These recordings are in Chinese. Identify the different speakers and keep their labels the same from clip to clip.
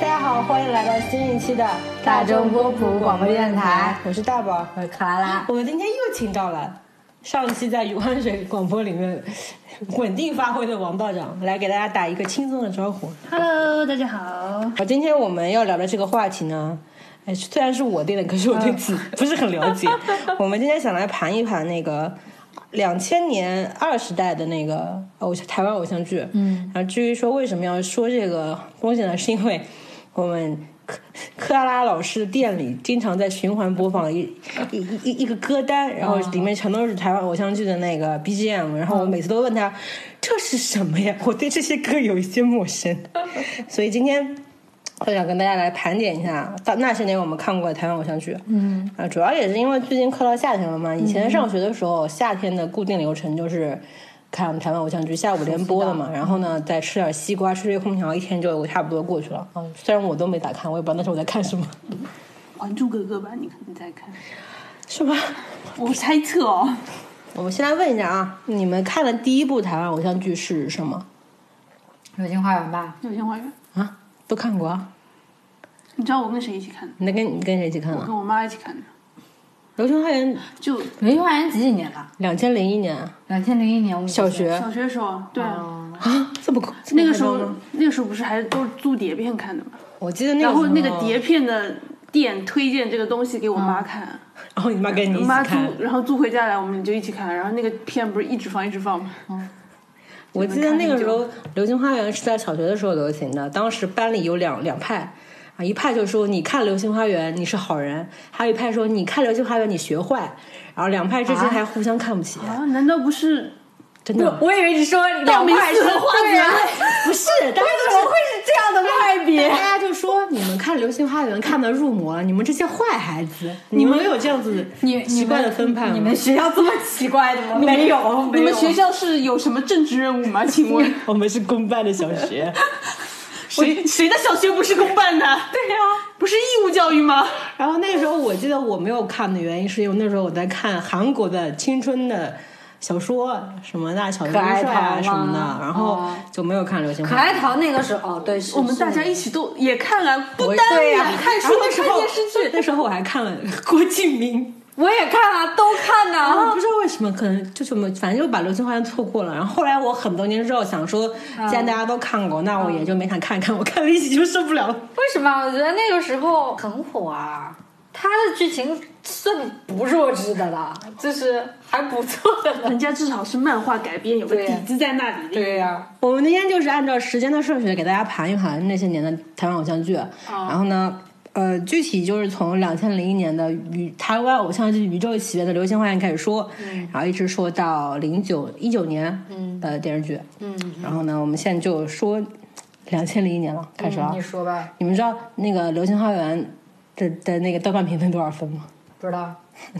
Speaker 1: 大家好，欢迎来到新一期的
Speaker 2: 大众波普广播电台
Speaker 1: 我是大宝。
Speaker 2: 我是克拉拉，
Speaker 1: 我们今天又请到了上一期在余欢水广播里面稳定发挥的王道长，来给大家打一个轻松的招呼。
Speaker 3: Hello，大家好。
Speaker 1: 好，今天我们要聊的这个话题呢，哎，虽然是我定的，可是我对此不是很了解。我们今天想来盘一盘那个两千年二十代的那个呃偶像台湾偶像剧。嗯，然后至于说为什么要说这个东西呢，是因为我们。克克拉拉老师店里经常在循环播放一一一一一个歌单，然后里面全都是台湾偶像剧的那个 BGM，然后我每次都问他这是什么呀？我对这些歌有一些陌生，所以今天我想跟大家来盘点一下，啊到那些年我们看过的台湾偶像剧。嗯，啊，主要也是因为最近快到夏天了嘛。以前上学的时候，夏天的固定流程就是看我们台湾偶像剧，下午连播的嘛。然后呢，再吃点西瓜，吹吹空调，一天就差不多过去了。嗯，虽然我都没咋看，我也不知道那时候我在看什么，
Speaker 3: 还珠格格吧，哦你肯定在看。
Speaker 1: 是吧？
Speaker 3: 我猜测哦，
Speaker 1: 我们先来问一下啊，你们看的第一部台湾偶像剧是什么
Speaker 2: 流星花园吧，
Speaker 3: 《流星花园》。
Speaker 1: 啊？都看过啊？
Speaker 3: 你知道我跟谁一起看的？
Speaker 1: 你在跟你跟谁一起看
Speaker 3: 我
Speaker 1: 啊？
Speaker 3: 跟我妈一起看的。
Speaker 1: 流星花园
Speaker 3: 就
Speaker 2: 流星花园几几年的？
Speaker 1: 两千零一年啊
Speaker 2: 两千零一年，我
Speaker 1: 小学
Speaker 3: 小学的时候，对，
Speaker 2: 啊，
Speaker 1: 啊，这么快
Speaker 3: 那个时
Speaker 1: 这么夸张
Speaker 3: 候
Speaker 1: 吗，
Speaker 3: 那个时候不是还都是租碟片看的吗？
Speaker 1: 我记得那个
Speaker 3: 然后
Speaker 1: 时候
Speaker 3: 那个碟片的店推荐这个东西给我妈看，
Speaker 1: 然后你嗯妈哦跟你一
Speaker 3: 我
Speaker 1: 起
Speaker 3: 妈租，
Speaker 1: 看。
Speaker 3: 然后租回家来，我们就一起看。然后那个片不是一直放一直放吗？
Speaker 1: 哦我记得那个时候《流星花园》是在小学的时候流行的，当时班里有两两派。啊，一派就说你看《流星花园》你是好人，还有一派说你看《流星花园》你学坏，然后两派之间还互相看不起，
Speaker 3: 啊，难道不是？
Speaker 1: 真的
Speaker 2: 我以为你说两
Speaker 3: 块
Speaker 2: 派
Speaker 3: 是
Speaker 2: 是对啊，
Speaker 1: 不是？大家
Speaker 2: 怎么会是这样的派
Speaker 1: 就
Speaker 2: 别？
Speaker 1: 大家就说你们看《流星花园》看的入魔了，你们这些坏孩子，你们有这样子
Speaker 2: 你你
Speaker 1: 奇怪的分派吗？
Speaker 2: 你们学校这么奇怪的吗？
Speaker 1: 没有，没
Speaker 3: 你
Speaker 1: 有
Speaker 3: 们学校是有什么政治任务吗？请问
Speaker 1: 我们是公办的小学。
Speaker 3: 谁谁的小学不是公办的？
Speaker 1: 对啊呀、
Speaker 3: 不是义务教育吗？
Speaker 1: 然后那个时候，我记得我没有看的原因，是因为那时候我在看韩国的青春的小说，什么《大小元帅
Speaker 2: 可爱》
Speaker 1: 啊
Speaker 2: 堂
Speaker 1: 什么
Speaker 2: 啊
Speaker 1: 的，然后
Speaker 2: 哦
Speaker 1: 就没有看《流星
Speaker 2: 可
Speaker 1: 花园》。
Speaker 2: 爱淘那个时候，哦对，是
Speaker 3: 我们大家
Speaker 2: 是
Speaker 3: 一起都也看啊，不
Speaker 1: 我
Speaker 3: 单
Speaker 2: 对
Speaker 3: 也
Speaker 2: 呀
Speaker 3: 看书
Speaker 1: 然后
Speaker 3: 看
Speaker 1: 那时候
Speaker 3: 电视剧。
Speaker 1: 那时候我还看了郭敬明。
Speaker 2: 我也看啊，都看
Speaker 1: 然
Speaker 3: 哦
Speaker 1: 后
Speaker 2: 呐。
Speaker 1: 不知道为什么，可能就什么，反正就把《流星花园》错过了。然后后来我很多年之后想说，
Speaker 3: 嗯
Speaker 1: 既然大家都看过，那我也就没想看一看。我看了一集就受不了了。
Speaker 2: 为什么？我觉得那个时候很火啊，它的剧情算不弱智的了，就是还不错的了。
Speaker 3: 人家至少是漫画改编，有个
Speaker 2: 对
Speaker 3: 底子在那里的。
Speaker 2: 对呀、
Speaker 1: 我们那天就是按照时间的顺序给大家盘一盘那些年的台湾偶像剧，然后呢，呃，具体就是从两千零一年的宇台湾偶像剧宇宙起源的《流星花园》开始说，然后一直说到零九一九年的电视剧，嗯，然后呢，我们现在就说两千零一年了，开始了。啊
Speaker 2: 你说吧，
Speaker 1: 你们知道那个《流星花园》的的那个豆瓣评分多少分吗？
Speaker 2: 不知道，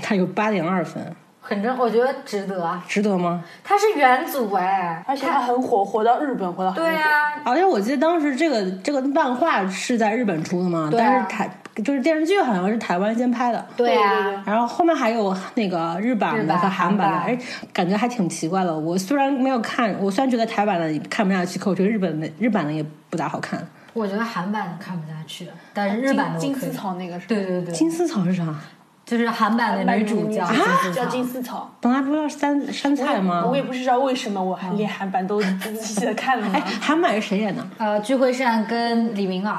Speaker 1: 它有八点二分，
Speaker 2: 很正，我觉得值得啊。
Speaker 1: 值得吗？
Speaker 2: 它是元祖哎，
Speaker 3: 而且他很火，火到日本，火到韩国。
Speaker 2: 对呀、
Speaker 1: 而且我记得当时这个这个漫画是在日本出的嘛，
Speaker 2: 对啊
Speaker 1: 但是台就是电视剧好像是台湾先拍的。
Speaker 2: 对呀、
Speaker 3: 对对
Speaker 1: 然后后面还有那个日版
Speaker 2: 日
Speaker 1: 的
Speaker 2: 版
Speaker 1: 和韩版的，
Speaker 2: 韩
Speaker 1: 哎，感觉还挺奇怪的。我虽然没有看，我虽然觉得台版的看不下去，可我觉得日本的日版的也不咋好看。
Speaker 2: 我觉得韩版的看不下去，但是日版的我
Speaker 3: 金
Speaker 2: 可以
Speaker 3: 丝。草那个是吧
Speaker 2: 对对对，
Speaker 1: 金丝草是啥？
Speaker 2: 就是韩版的女主啊叫金丝
Speaker 3: 啊叫
Speaker 2: 草
Speaker 3: 金丝草。
Speaker 1: 本来不是山山菜吗
Speaker 3: 我？也不知道为什么，我还连韩版都仔细 的看了
Speaker 1: 哎，
Speaker 3: 呢。
Speaker 1: 韩版是谁演的？
Speaker 2: 呃，具惠善跟李明敖，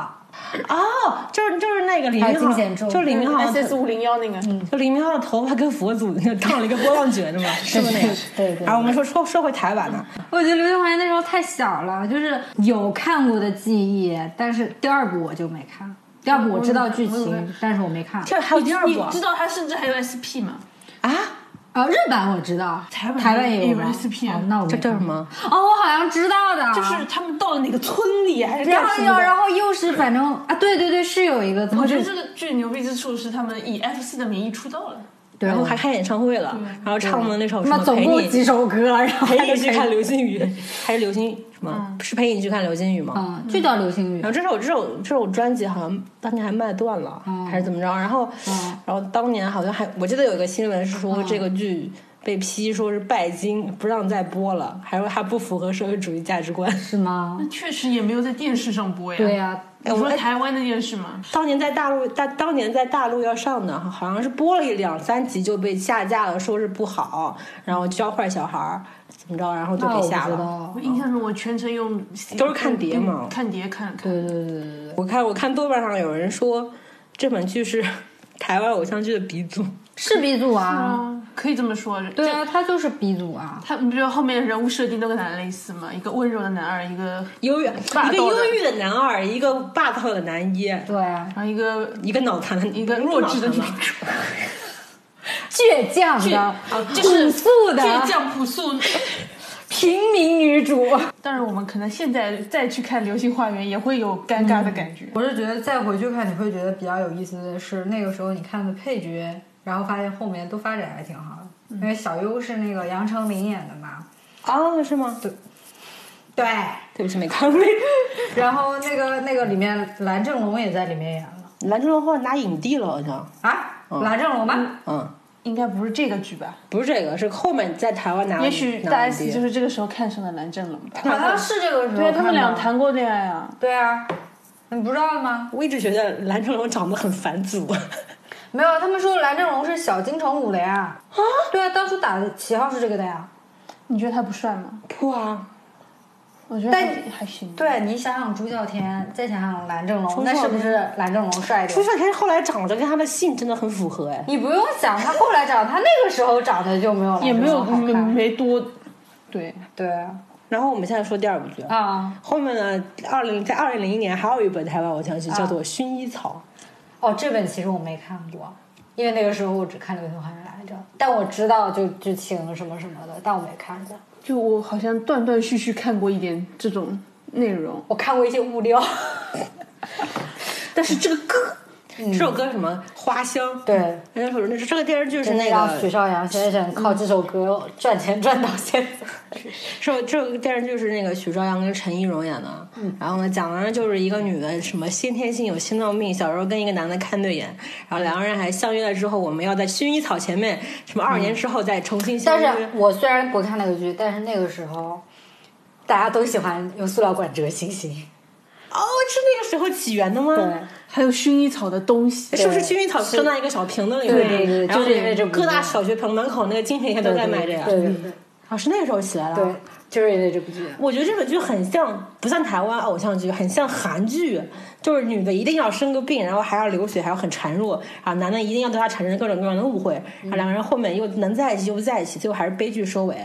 Speaker 1: 哦，就是就是那个李
Speaker 2: 还有
Speaker 1: 明浩
Speaker 2: 金贤，重
Speaker 1: 就是李明浩
Speaker 3: S S 五零幺那个，
Speaker 1: 就李明浩的头发跟佛祖那烫了一个波浪卷，是吗？是不是那个？
Speaker 2: 对对对
Speaker 1: 然后我们说说说回台版的，
Speaker 2: 我觉得《流星花园》那时候太小了，就是有看过的记忆，但是第二部我就没看。第二部我知道剧情，但是我没看。
Speaker 1: 这还有第二
Speaker 3: 你
Speaker 1: 部啊
Speaker 3: 知道它甚至还有 S P 吗？
Speaker 1: 啊？
Speaker 2: 呃，日版我知道，台
Speaker 3: 版
Speaker 2: 台湾也有
Speaker 3: 有
Speaker 2: 吗
Speaker 3: SP
Speaker 2: 哦那我没
Speaker 1: 这叫
Speaker 2: 看
Speaker 1: 什么？
Speaker 2: 哦，我好像知道的，
Speaker 3: 就是他们到了哪个村里还是
Speaker 2: 然
Speaker 3: 干
Speaker 2: 后
Speaker 3: 什
Speaker 2: 又
Speaker 3: 么的？
Speaker 2: 然后又是反正啊，对对对，是有一个，
Speaker 3: 我觉得这个剧牛逼之处是他们以 F 四的名义出道了。
Speaker 2: 对
Speaker 1: 然后还开演唱会了，然后唱的那首什
Speaker 2: 那
Speaker 1: 么
Speaker 2: 总
Speaker 1: 陪
Speaker 2: 共
Speaker 1: 你
Speaker 2: 几首歌，然后
Speaker 1: 陪
Speaker 2: 还
Speaker 1: 你去
Speaker 2: 得
Speaker 1: 看流星雨，还是流星什吗？是陪你去看流星雨吗？
Speaker 2: 嗯，就叫流星雨
Speaker 1: 然。后这首这首这首专辑好像当年还卖断了，
Speaker 2: 嗯
Speaker 1: 还是怎么着？然后、然后当年好像还我记得有一个新闻是
Speaker 2: 嗯
Speaker 1: 说这个剧被批说是拜金，不让再播了，还说它不符合社会主义价值观。
Speaker 2: 是吗？
Speaker 4: 确实也没有在电视上播呀。
Speaker 2: 对呀、
Speaker 4: 你说
Speaker 2: 哎
Speaker 1: 哎
Speaker 4: 台湾的电视吗？
Speaker 1: 当年在大陆大当年在大陆要上的，好像是播了一两三集就被下架了，说是不好，然后教坏小孩儿怎么着，然后就
Speaker 2: 那
Speaker 1: 给
Speaker 2: 我不
Speaker 1: 下
Speaker 2: 知
Speaker 1: 了。
Speaker 2: 道
Speaker 4: 我。印象中我全程用 CD
Speaker 1: 都是看碟嘛
Speaker 4: 看碟看看。
Speaker 2: 对对对对对对，
Speaker 1: 我看我看豆瓣上有人说这本剧是 台湾偶像剧的鼻祖，
Speaker 2: 是鼻祖啊，
Speaker 4: 啊，可以这么说。
Speaker 2: 对啊，他就是鼻祖啊。
Speaker 4: 他你不觉得后面人物设定都跟他类似吗？一个温柔的男二，一个
Speaker 1: 忧郁
Speaker 4: 霸
Speaker 1: 一
Speaker 4: 道
Speaker 1: 个
Speaker 4: 的
Speaker 1: 忧郁的男二，一个霸道的男一，
Speaker 2: 对啊，
Speaker 4: 然后一个
Speaker 1: 一个脑残的，
Speaker 4: 一个弱智的
Speaker 1: 脑
Speaker 4: 女
Speaker 1: 残吗
Speaker 4: 主，
Speaker 2: 倔强的、
Speaker 1: 哦
Speaker 4: 就
Speaker 2: 朴
Speaker 4: 是
Speaker 2: 素的
Speaker 4: 倔强朴素。
Speaker 2: 平民女主。
Speaker 4: 当然，我们可能现在再去看《流星花园》，也会有尴尬的感觉。
Speaker 2: 我是觉得再回去看，你会觉得比较有意思的是，那个时候你看的配角，然后发现后面都发展还挺好的。因为小优是那个杨丞琳演的嘛，
Speaker 1: 啊，是吗？对，
Speaker 2: 对，
Speaker 1: 对不起，没看过。
Speaker 2: 然后那个那个里面蓝正龙也在里面演了
Speaker 1: 蓝正龙后来拿影帝了，好像，
Speaker 2: 啊，蓝正龙吗？
Speaker 1: 嗯，
Speaker 4: 应该不是这个剧吧？
Speaker 1: 不是这个，是后面在台湾拿
Speaker 4: 也许大
Speaker 1: 拿影
Speaker 4: S
Speaker 1: 帝。
Speaker 4: 就是这个时候看上了蓝正龙吧？
Speaker 2: 好像是这个时候看的，
Speaker 4: 对啊，他们俩谈过恋爱啊。
Speaker 2: 对啊，你不知道吗？
Speaker 1: 我一直觉得蓝正龙长得很反祖，
Speaker 2: 没有，他们说蓝正龙是小金城武的呀。啊，对啊，当初打的旗号是这个的呀。
Speaker 4: 你觉得他不帅吗？
Speaker 1: 不啊，
Speaker 4: 我觉得
Speaker 2: 但
Speaker 4: 还还行。
Speaker 2: 对你想想朱孝天，再想想蓝正龙，
Speaker 1: 朱
Speaker 2: 那
Speaker 1: 孝
Speaker 2: 是不是蓝正龙帅一
Speaker 1: 朱
Speaker 2: 点？
Speaker 1: 孝天后来长得跟他的姓真的很符合哎。
Speaker 2: 你不用想，他后来长，他那个时候长得就没有蓝
Speaker 4: 也
Speaker 2: 正
Speaker 4: 没有
Speaker 2: 龙好
Speaker 4: 没
Speaker 2: 看。
Speaker 4: 没多，对，
Speaker 2: 对
Speaker 1: 然后我们现在说第二部剧，
Speaker 2: 啊，
Speaker 1: 后面呢，二零在二零零一年还有一本台湾偶像剧叫做《薰衣草
Speaker 2: 哦，这本其实我没看过，因为那个时候我只看《流星花园》来着，但我知道就剧情什么什么的，但我没看过。
Speaker 4: 就我好像断断续续看过一点这种内容，
Speaker 2: 我看过一些物 料，
Speaker 1: 但是这个歌，
Speaker 2: 嗯
Speaker 1: 这首歌什么花香，
Speaker 2: 对，
Speaker 1: 人家说那是这个电视剧是
Speaker 2: 真的
Speaker 1: 那
Speaker 2: 让许
Speaker 1: 个，嗯
Speaker 2: 绍洋先生靠这首歌赚钱赚到现 在。
Speaker 1: 是这个电视剧是那个许绍洋跟陈意容演的，
Speaker 2: 嗯
Speaker 1: 然后呢，讲的就是一个女的什么先天性有心脏病，小时候跟一个男的看对眼，然后两个人还相约了之后，我们要在薰衣草前面什么二年之后再重新相
Speaker 2: 嗯但
Speaker 1: 约，
Speaker 2: 是我虽然不看那个剧，但是那个时候大家都喜欢用塑料管折星星。
Speaker 1: 哦，是那个时候起源的吗？
Speaker 2: 对，
Speaker 4: 还有薰衣草的东西，
Speaker 1: 是不是薰衣草是放在一个小瓶子里面？
Speaker 2: 对对对
Speaker 1: 然后
Speaker 2: 就是因为这不一
Speaker 1: 各
Speaker 2: 样
Speaker 1: 大小学旁门口那个精品店都在卖这个。
Speaker 2: 对对对
Speaker 1: 啊，是那个时候起来的。
Speaker 2: 对，，就是因为这部剧。
Speaker 1: 我觉得这本剧很像，不像台湾偶像剧，很像韩剧，就是女的一定要生个病，然后还要流血，还要很孱弱啊，男的一定要对她产生各种各样的误会，然后两个人后面又能在一起又不在一起，最后还是悲剧收尾，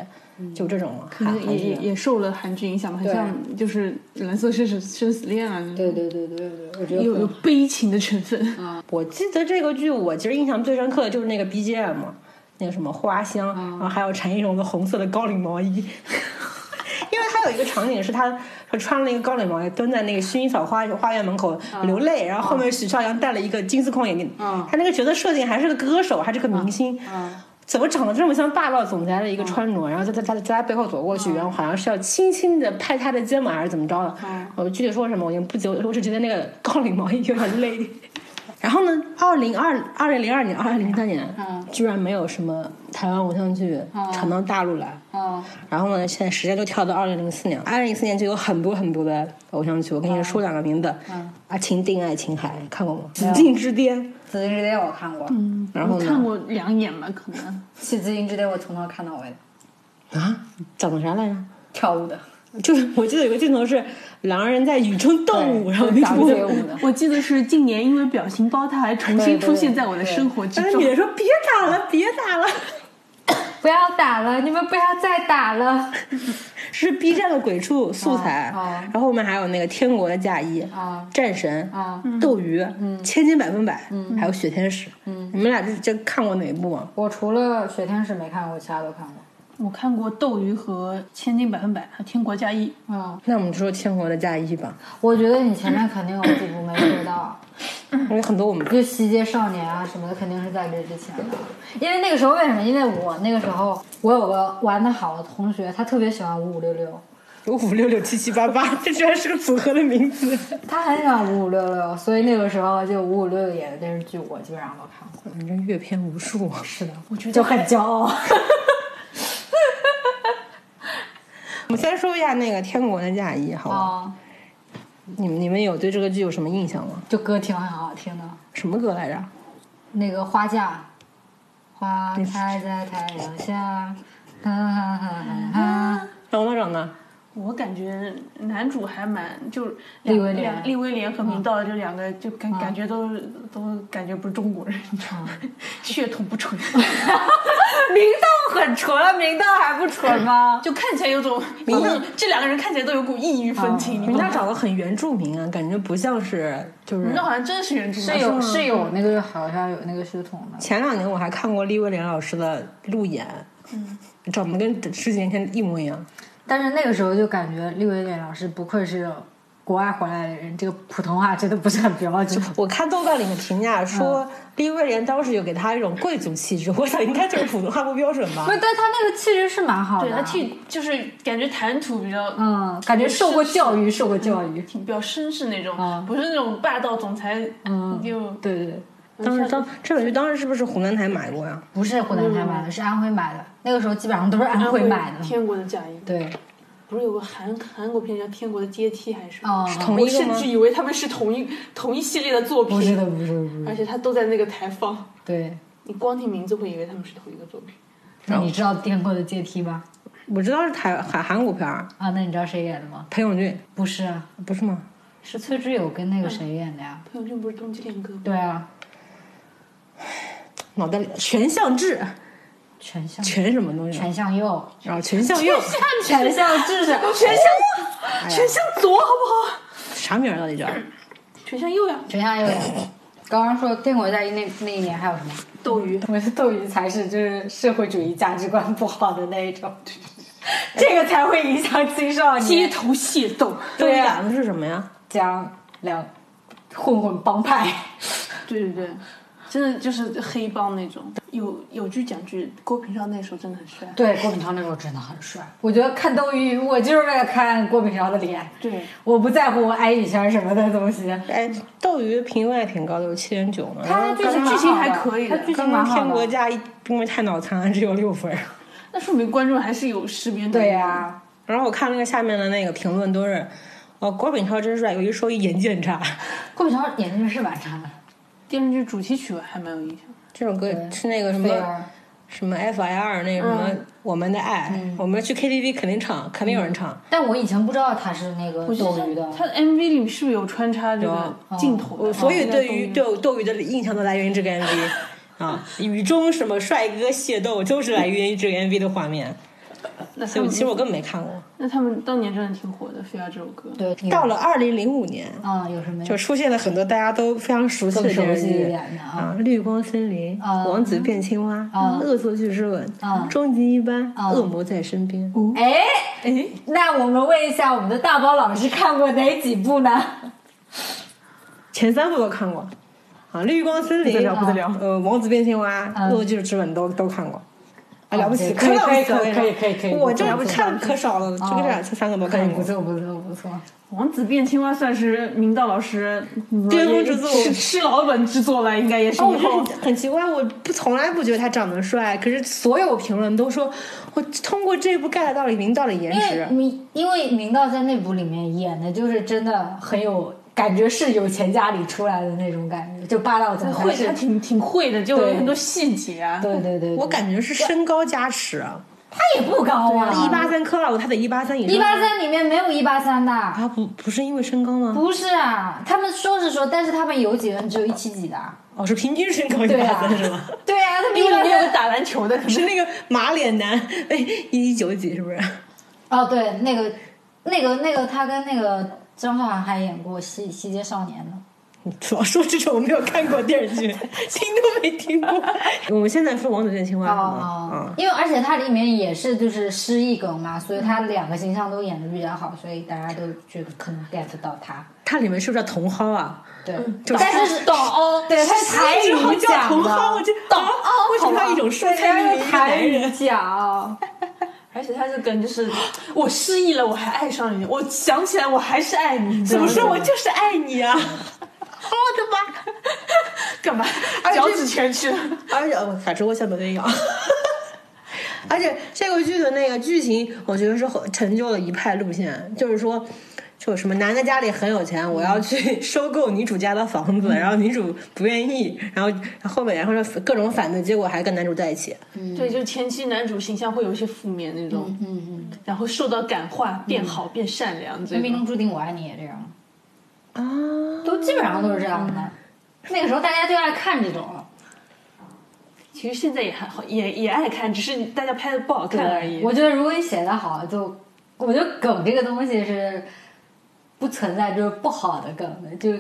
Speaker 1: 就这种韩
Speaker 4: 也
Speaker 1: 韩
Speaker 4: 也
Speaker 1: 剧。
Speaker 4: 也受了韩剧影响嘛，很
Speaker 2: 对
Speaker 4: 像就是蓝色生死生死恋啊，
Speaker 2: 对对对对对，对我觉
Speaker 4: 有有
Speaker 2: 得
Speaker 4: 悲情的成分。
Speaker 2: 嗯
Speaker 1: 我记得这个剧，我其实印象最深刻的就是那个 BGM，那个什么花香，然后还有陈意容的红色的高领毛衣。 因为他有一个场景是他他穿了一个高领毛衣，蹲在那个薰衣草花花园门口流泪，然后后面许绍洋戴了一个金丝框眼镜，他那个角色设定还是个歌手，还是个明星。
Speaker 2: 嗯
Speaker 1: 怎么长得这么像霸道总裁的一个穿着？然后在在他在他背后走过去，然后好像是要轻轻的拍他的肩膀，还是怎么着的？我具体说什么我已经不记得，我只觉得那个高领毛衣有点累。然后呢，二零二二零零二年、二零零三年，居然没有什么台湾偶像剧传到大陆来。
Speaker 2: 啊，
Speaker 1: 然后呢，现在时间就跳到二零零四年，二零零四年就有很多很多的偶像剧，我跟你说两个名字，啊，情定爱情海》看过吗？《紫禁之巅》，
Speaker 2: 《紫禁之巅》我看过，《
Speaker 1: 然后
Speaker 4: 嗯我看
Speaker 1: 呢？
Speaker 4: 过两眼吧，可能
Speaker 2: 戏紫禁之巅》我从头看到尾的，
Speaker 1: 啊，讲的啥来着？
Speaker 2: 跳 舞的，
Speaker 1: 就是我记得有个镜头是两个人在雨中斗舞，
Speaker 2: 对
Speaker 1: 然后
Speaker 2: 就
Speaker 1: 那
Speaker 2: 是打
Speaker 1: 种
Speaker 2: 街舞的。
Speaker 4: 我记得是近年因为表情包，它还重
Speaker 2: 对
Speaker 4: 新
Speaker 2: 对
Speaker 4: 出现在我的生活之
Speaker 1: 但是
Speaker 4: 中
Speaker 1: 女。的说别打了，别打了，
Speaker 2: 不要打了，你们不要再打了。
Speaker 1: 是 B 站的鬼畜素材，
Speaker 2: 啊
Speaker 1: 然后我们还有那个天国的嫁衣
Speaker 2: 啊
Speaker 1: 战神
Speaker 2: 啊
Speaker 1: 斗鱼，千金百分百，
Speaker 2: 嗯
Speaker 1: 还有雪天使，你们俩这这看过哪一部啊？
Speaker 2: 我除了《雪天使》没看过，其他都看过。
Speaker 4: 我看过《斗鱼》和《千金百分百》和《天国嫁衣》，
Speaker 2: 啊，
Speaker 1: 那我们就说天国的嫁衣吧，
Speaker 2: 我觉得你前面肯定有几部没 说到。嗯
Speaker 1: 因为很多我们
Speaker 2: 就《西街少年》啊什么的，肯定是在这之前的。因为那个时候为什么？因为我那个时候我有个玩的好的同学，他特别喜欢五五六六，
Speaker 1: 五五六六七七八八，这居然是个组合的名字。
Speaker 2: 他很喜欢五五六六，所以那个时候就五五六六演的电视剧我基本上都看过。
Speaker 1: 反正阅片无数。啊
Speaker 2: 是的，
Speaker 4: 我觉得
Speaker 2: 就很骄傲。
Speaker 1: 我们先说一下那个《天国的嫁衣》，好吧？
Speaker 2: 哦，
Speaker 1: 你们你们有对这个剧有什么印象吗？
Speaker 2: 就歌挺很好听的，
Speaker 1: 什么歌来着？
Speaker 2: 那个花嫁，花开在太阳下，哈哈哈哈哈。
Speaker 1: 然后那种呢？
Speaker 4: 我感觉男主还蛮就
Speaker 2: 利
Speaker 4: 两
Speaker 2: 威廉嗯
Speaker 4: 两利威廉和明道这两个就感、感觉都都感觉不是中国人，你知道吗？
Speaker 2: 嗯
Speaker 4: 血统不纯，
Speaker 2: 明道很纯，明道还不 纯吗？
Speaker 4: 就看起来有种异，这两个人看起来都有股
Speaker 2: 嗯
Speaker 4: 异域风情，
Speaker 1: 人
Speaker 4: 你懂
Speaker 1: 家
Speaker 4: 吗？
Speaker 1: 找的很原住民啊，感觉不像是就是
Speaker 2: 嗯
Speaker 4: 明道好像真的是原住民，
Speaker 2: 是有是有那个好像有那个血统的。
Speaker 1: 前两年我还看过利威廉老师的路演，嗯，长得跟十几年前一模一样。
Speaker 2: 但是那个时候就感觉利维廉老师不愧是国外回来的人，这个普通话真的不是很标准。
Speaker 1: 我看豆瓣里面评价说，
Speaker 2: 嗯
Speaker 1: 利威廉当时有给他一种贵族气质，我想应该就是普通话不标准吧
Speaker 2: 不。是，但他那个气质是蛮好的。
Speaker 4: 对他替就是感觉谈吐比较
Speaker 2: 嗯，感觉受过教育，受过教育。嗯
Speaker 4: 挺比较绅士那种，
Speaker 2: 啊
Speaker 4: 不是那种霸道总裁，
Speaker 2: 嗯
Speaker 4: 就
Speaker 2: 对对对，
Speaker 1: 当时当这本剧当时是不是湖南台买过呀？
Speaker 2: 不是湖南台买的，是安徽买的。那个时候基本上都是安徽买的。
Speaker 3: 天国的嫁衣，
Speaker 2: 对，
Speaker 3: 不是有个韩韩国片叫《天国的阶梯》还是？
Speaker 2: 哦，
Speaker 1: 同
Speaker 3: 我
Speaker 1: 一个
Speaker 3: 甚
Speaker 1: 吗
Speaker 3: 至？以为他们是同一同一系列的作
Speaker 2: 不是
Speaker 3: 品，
Speaker 2: 的，不是的，不是
Speaker 3: 而
Speaker 2: 的。
Speaker 3: 且他都在那个台放，
Speaker 2: 对，
Speaker 3: 你光听名字会以为他们是同一个作品。
Speaker 2: 那你知道《天国的阶梯》吗？
Speaker 1: 我知道是台韩韩国片儿，
Speaker 2: 啊，那你知道谁演的吗？
Speaker 1: 裴勇俊
Speaker 2: 不是啊，
Speaker 1: 不是吗？
Speaker 2: 是崔智友跟那个谁演的呀？
Speaker 3: 朋友圈不是冬季恋歌吗？
Speaker 2: 对啊，
Speaker 1: 脑袋里全向智，
Speaker 2: 全向
Speaker 1: 全什么东西？
Speaker 2: 全向右，
Speaker 1: 然后全向右，
Speaker 2: 全向智是
Speaker 3: 全向全向左好不好？
Speaker 1: 啥名儿啊到底叫？
Speaker 3: 全向右呀，
Speaker 2: 全向右演的。刚刚说《天国嫁衣》那那一年还有什么？
Speaker 3: 斗鱼。
Speaker 2: 我觉得斗鱼才是就是社会主义价值观不好的那一 种，这个才会影响青少
Speaker 3: 街
Speaker 2: 年。
Speaker 3: 头械斗，
Speaker 1: 对
Speaker 2: 呀
Speaker 1: 呀，那是什么呀？
Speaker 2: 讲两混混帮派，
Speaker 4: 对对对，真的就是黑帮那种。有有句讲句，郭平少那时候真的很帅。
Speaker 2: 对郭品超那时候真的很帅。我觉得看斗鱼，我就是为了看郭品超的脸，
Speaker 4: 对，
Speaker 2: 我不在乎安以轩什么的东西。
Speaker 1: 哎，斗鱼评分还挺高的，有七点九呢。
Speaker 2: 他剧情
Speaker 4: 剧情还可以
Speaker 2: 他
Speaker 4: 的
Speaker 2: 剧情
Speaker 1: 刚
Speaker 2: 蛮
Speaker 1: 刚《
Speaker 2: 好
Speaker 1: 天国
Speaker 2: 的。
Speaker 1: 嫁衣》因为太脑残了，只有六分。
Speaker 4: 那说明观众还是有识别能力。
Speaker 2: 对呀、
Speaker 1: 然后我看那个下面的那个评论都是，哦，郭品超真帅，有一说一，演技很差。
Speaker 2: 郭品超眼睛是蛮差的。
Speaker 4: 电视剧主题曲我还蛮有印象。
Speaker 1: 这首歌是那个什
Speaker 2: 菲
Speaker 1: 么
Speaker 2: 儿，
Speaker 1: 什么 FIR 那个什么我们的爱，我们去 KTV 肯定唱，肯定有人唱。
Speaker 2: 但我以前不知道他是那个
Speaker 4: 我觉
Speaker 2: 斗鱼的
Speaker 4: 得。他的 MV 里是不是有穿插这个
Speaker 3: 啊
Speaker 1: 有
Speaker 4: 镜头的？
Speaker 1: 我所以
Speaker 4: 哦
Speaker 1: 对于斗斗鱼的印象都来源于这个 MV 啊，雨中什么帅哥械斗就是来源于这个 MV 的画面。
Speaker 4: 那他
Speaker 1: 就
Speaker 4: 们
Speaker 1: 其实我根本没看过。
Speaker 4: 那他们当年真的挺火的，《飞儿》这首歌。
Speaker 2: 对，有
Speaker 1: 到了二零零五年，
Speaker 2: 啊、有什么
Speaker 1: 就出现了很多大家都非常熟悉的
Speaker 2: 更熟
Speaker 1: 电视
Speaker 2: 悉一
Speaker 1: 剧
Speaker 2: 点的啊？
Speaker 1: 啊，《绿光森林》
Speaker 2: 啊
Speaker 1: 王子变青蛙》
Speaker 2: 啊
Speaker 1: 恶作剧之吻》
Speaker 2: 啊
Speaker 1: 终极一班》
Speaker 2: 啊
Speaker 1: 恶魔在身边》
Speaker 2: 哎，
Speaker 1: 哎，
Speaker 2: 那我们问一下我们的大包老师看过哪几部呢？
Speaker 1: 前三部都看过啊，《绿光森林》
Speaker 4: 不得了不得了
Speaker 1: 呃，《王子变青蛙》
Speaker 2: 嗯哦
Speaker 1: 恶作剧之吻》都都看过。啊，了不起，
Speaker 2: 可以
Speaker 1: 了不起
Speaker 2: 可以可
Speaker 1: 我跟你说
Speaker 2: 以可以可以
Speaker 1: 我这
Speaker 2: 了不起
Speaker 1: 看可少了，就这两这三个都看过。
Speaker 2: 错不错不错，
Speaker 4: 王子变青蛙算是明道老师呃
Speaker 1: 巅峰之作
Speaker 4: 吃吃老本之作了，应该也是
Speaker 1: 哦，
Speaker 4: 以
Speaker 1: 我
Speaker 4: 后
Speaker 1: 就是很奇怪，我不从来不觉得他长得帅，可是所有评论都说我通过这部 get 到了明道的颜
Speaker 2: 因
Speaker 1: 值
Speaker 2: 为。明因为明道在那部里面演的就是真的很有感觉，是有钱家里出来的那种感觉，就霸道总裁
Speaker 4: 会
Speaker 2: 是
Speaker 4: 他。挺挺会的，就
Speaker 2: 对
Speaker 4: 有很多细节啊。
Speaker 2: 对对对对，
Speaker 1: 我感觉是身高加持啊，
Speaker 2: 他也不高啊，
Speaker 1: 一八三科老五他得一八三以上。
Speaker 2: 一八三里面没有一八三的，
Speaker 1: 啊，不不是因为身高吗？
Speaker 2: 不是啊，他们说是说，但是他们有几个人只有一七几的啊，
Speaker 1: 哦，是平均身高一
Speaker 2: 对
Speaker 1: 八
Speaker 2: 啊
Speaker 1: 三是吗？
Speaker 2: 对啊，他们
Speaker 4: 因
Speaker 2: 一
Speaker 4: 为
Speaker 2: 般
Speaker 4: 里面有
Speaker 2: 都
Speaker 4: 个打篮球 的，可能
Speaker 1: 是那个马脸男，哎，一一九几是不是？
Speaker 2: 哦，对，那个那个那个，他跟那个张韶涵还演过《西西街少年》呢。
Speaker 1: 老说这种我没有看过电视剧， 听都没听过。 我们现在说《王子变青
Speaker 2: 哦
Speaker 1: 蛙》是吗？啊，
Speaker 2: 因为而且它里面也是就是失忆梗嘛，所以他两个形象都演的比较好，所以大家都觉得可能 get 到他。
Speaker 1: 它里面是不是叫茼蒿啊？
Speaker 2: 对，
Speaker 1: 就
Speaker 2: 但是懂哦，对，他是台
Speaker 1: 这好
Speaker 2: 语
Speaker 1: 叫
Speaker 2: 讲
Speaker 1: 茼蒿，我
Speaker 2: 的
Speaker 1: 这。
Speaker 2: 懂
Speaker 1: 啊为什么它一种蔬
Speaker 2: 对，
Speaker 1: 菜
Speaker 2: 他
Speaker 1: 里
Speaker 2: 是
Speaker 1: 面一个男
Speaker 2: 台
Speaker 1: 人？
Speaker 2: 语讲，
Speaker 4: 而且他是 跟就是我失忆了，我还爱上你，我想起来我还是爱你，怎
Speaker 1: 怎么
Speaker 4: 么
Speaker 1: 说
Speaker 4: 说
Speaker 1: 我
Speaker 4: 我 Oh,
Speaker 1: 就是爱你啊！
Speaker 4: 干嘛脚趾全去了？
Speaker 1: 而且哦我卡车我像没得咬。而且这个剧的那个剧情，我觉得是很成就了一派路线，就是说，就什么男的家里很有钱，我要去收购女主家的房子，然后女主不愿意，然后后面然后就各种反对，结果还跟男主在一起。
Speaker 4: 对，就前期男主形象会有一些负面那种，嗯嗯，然后受到感化，变好变善良这
Speaker 2: 命
Speaker 4: 种。
Speaker 2: 中注定我爱你也这样，
Speaker 1: 啊，
Speaker 2: 都基本上都是这样的。那个时候大家就爱看这种，
Speaker 4: 其实现在也还好，也也爱看，只是大家拍的不好看而已。
Speaker 2: 我觉得如果你写的好，就我觉得梗这个东西是不存在就是不好的梗的，就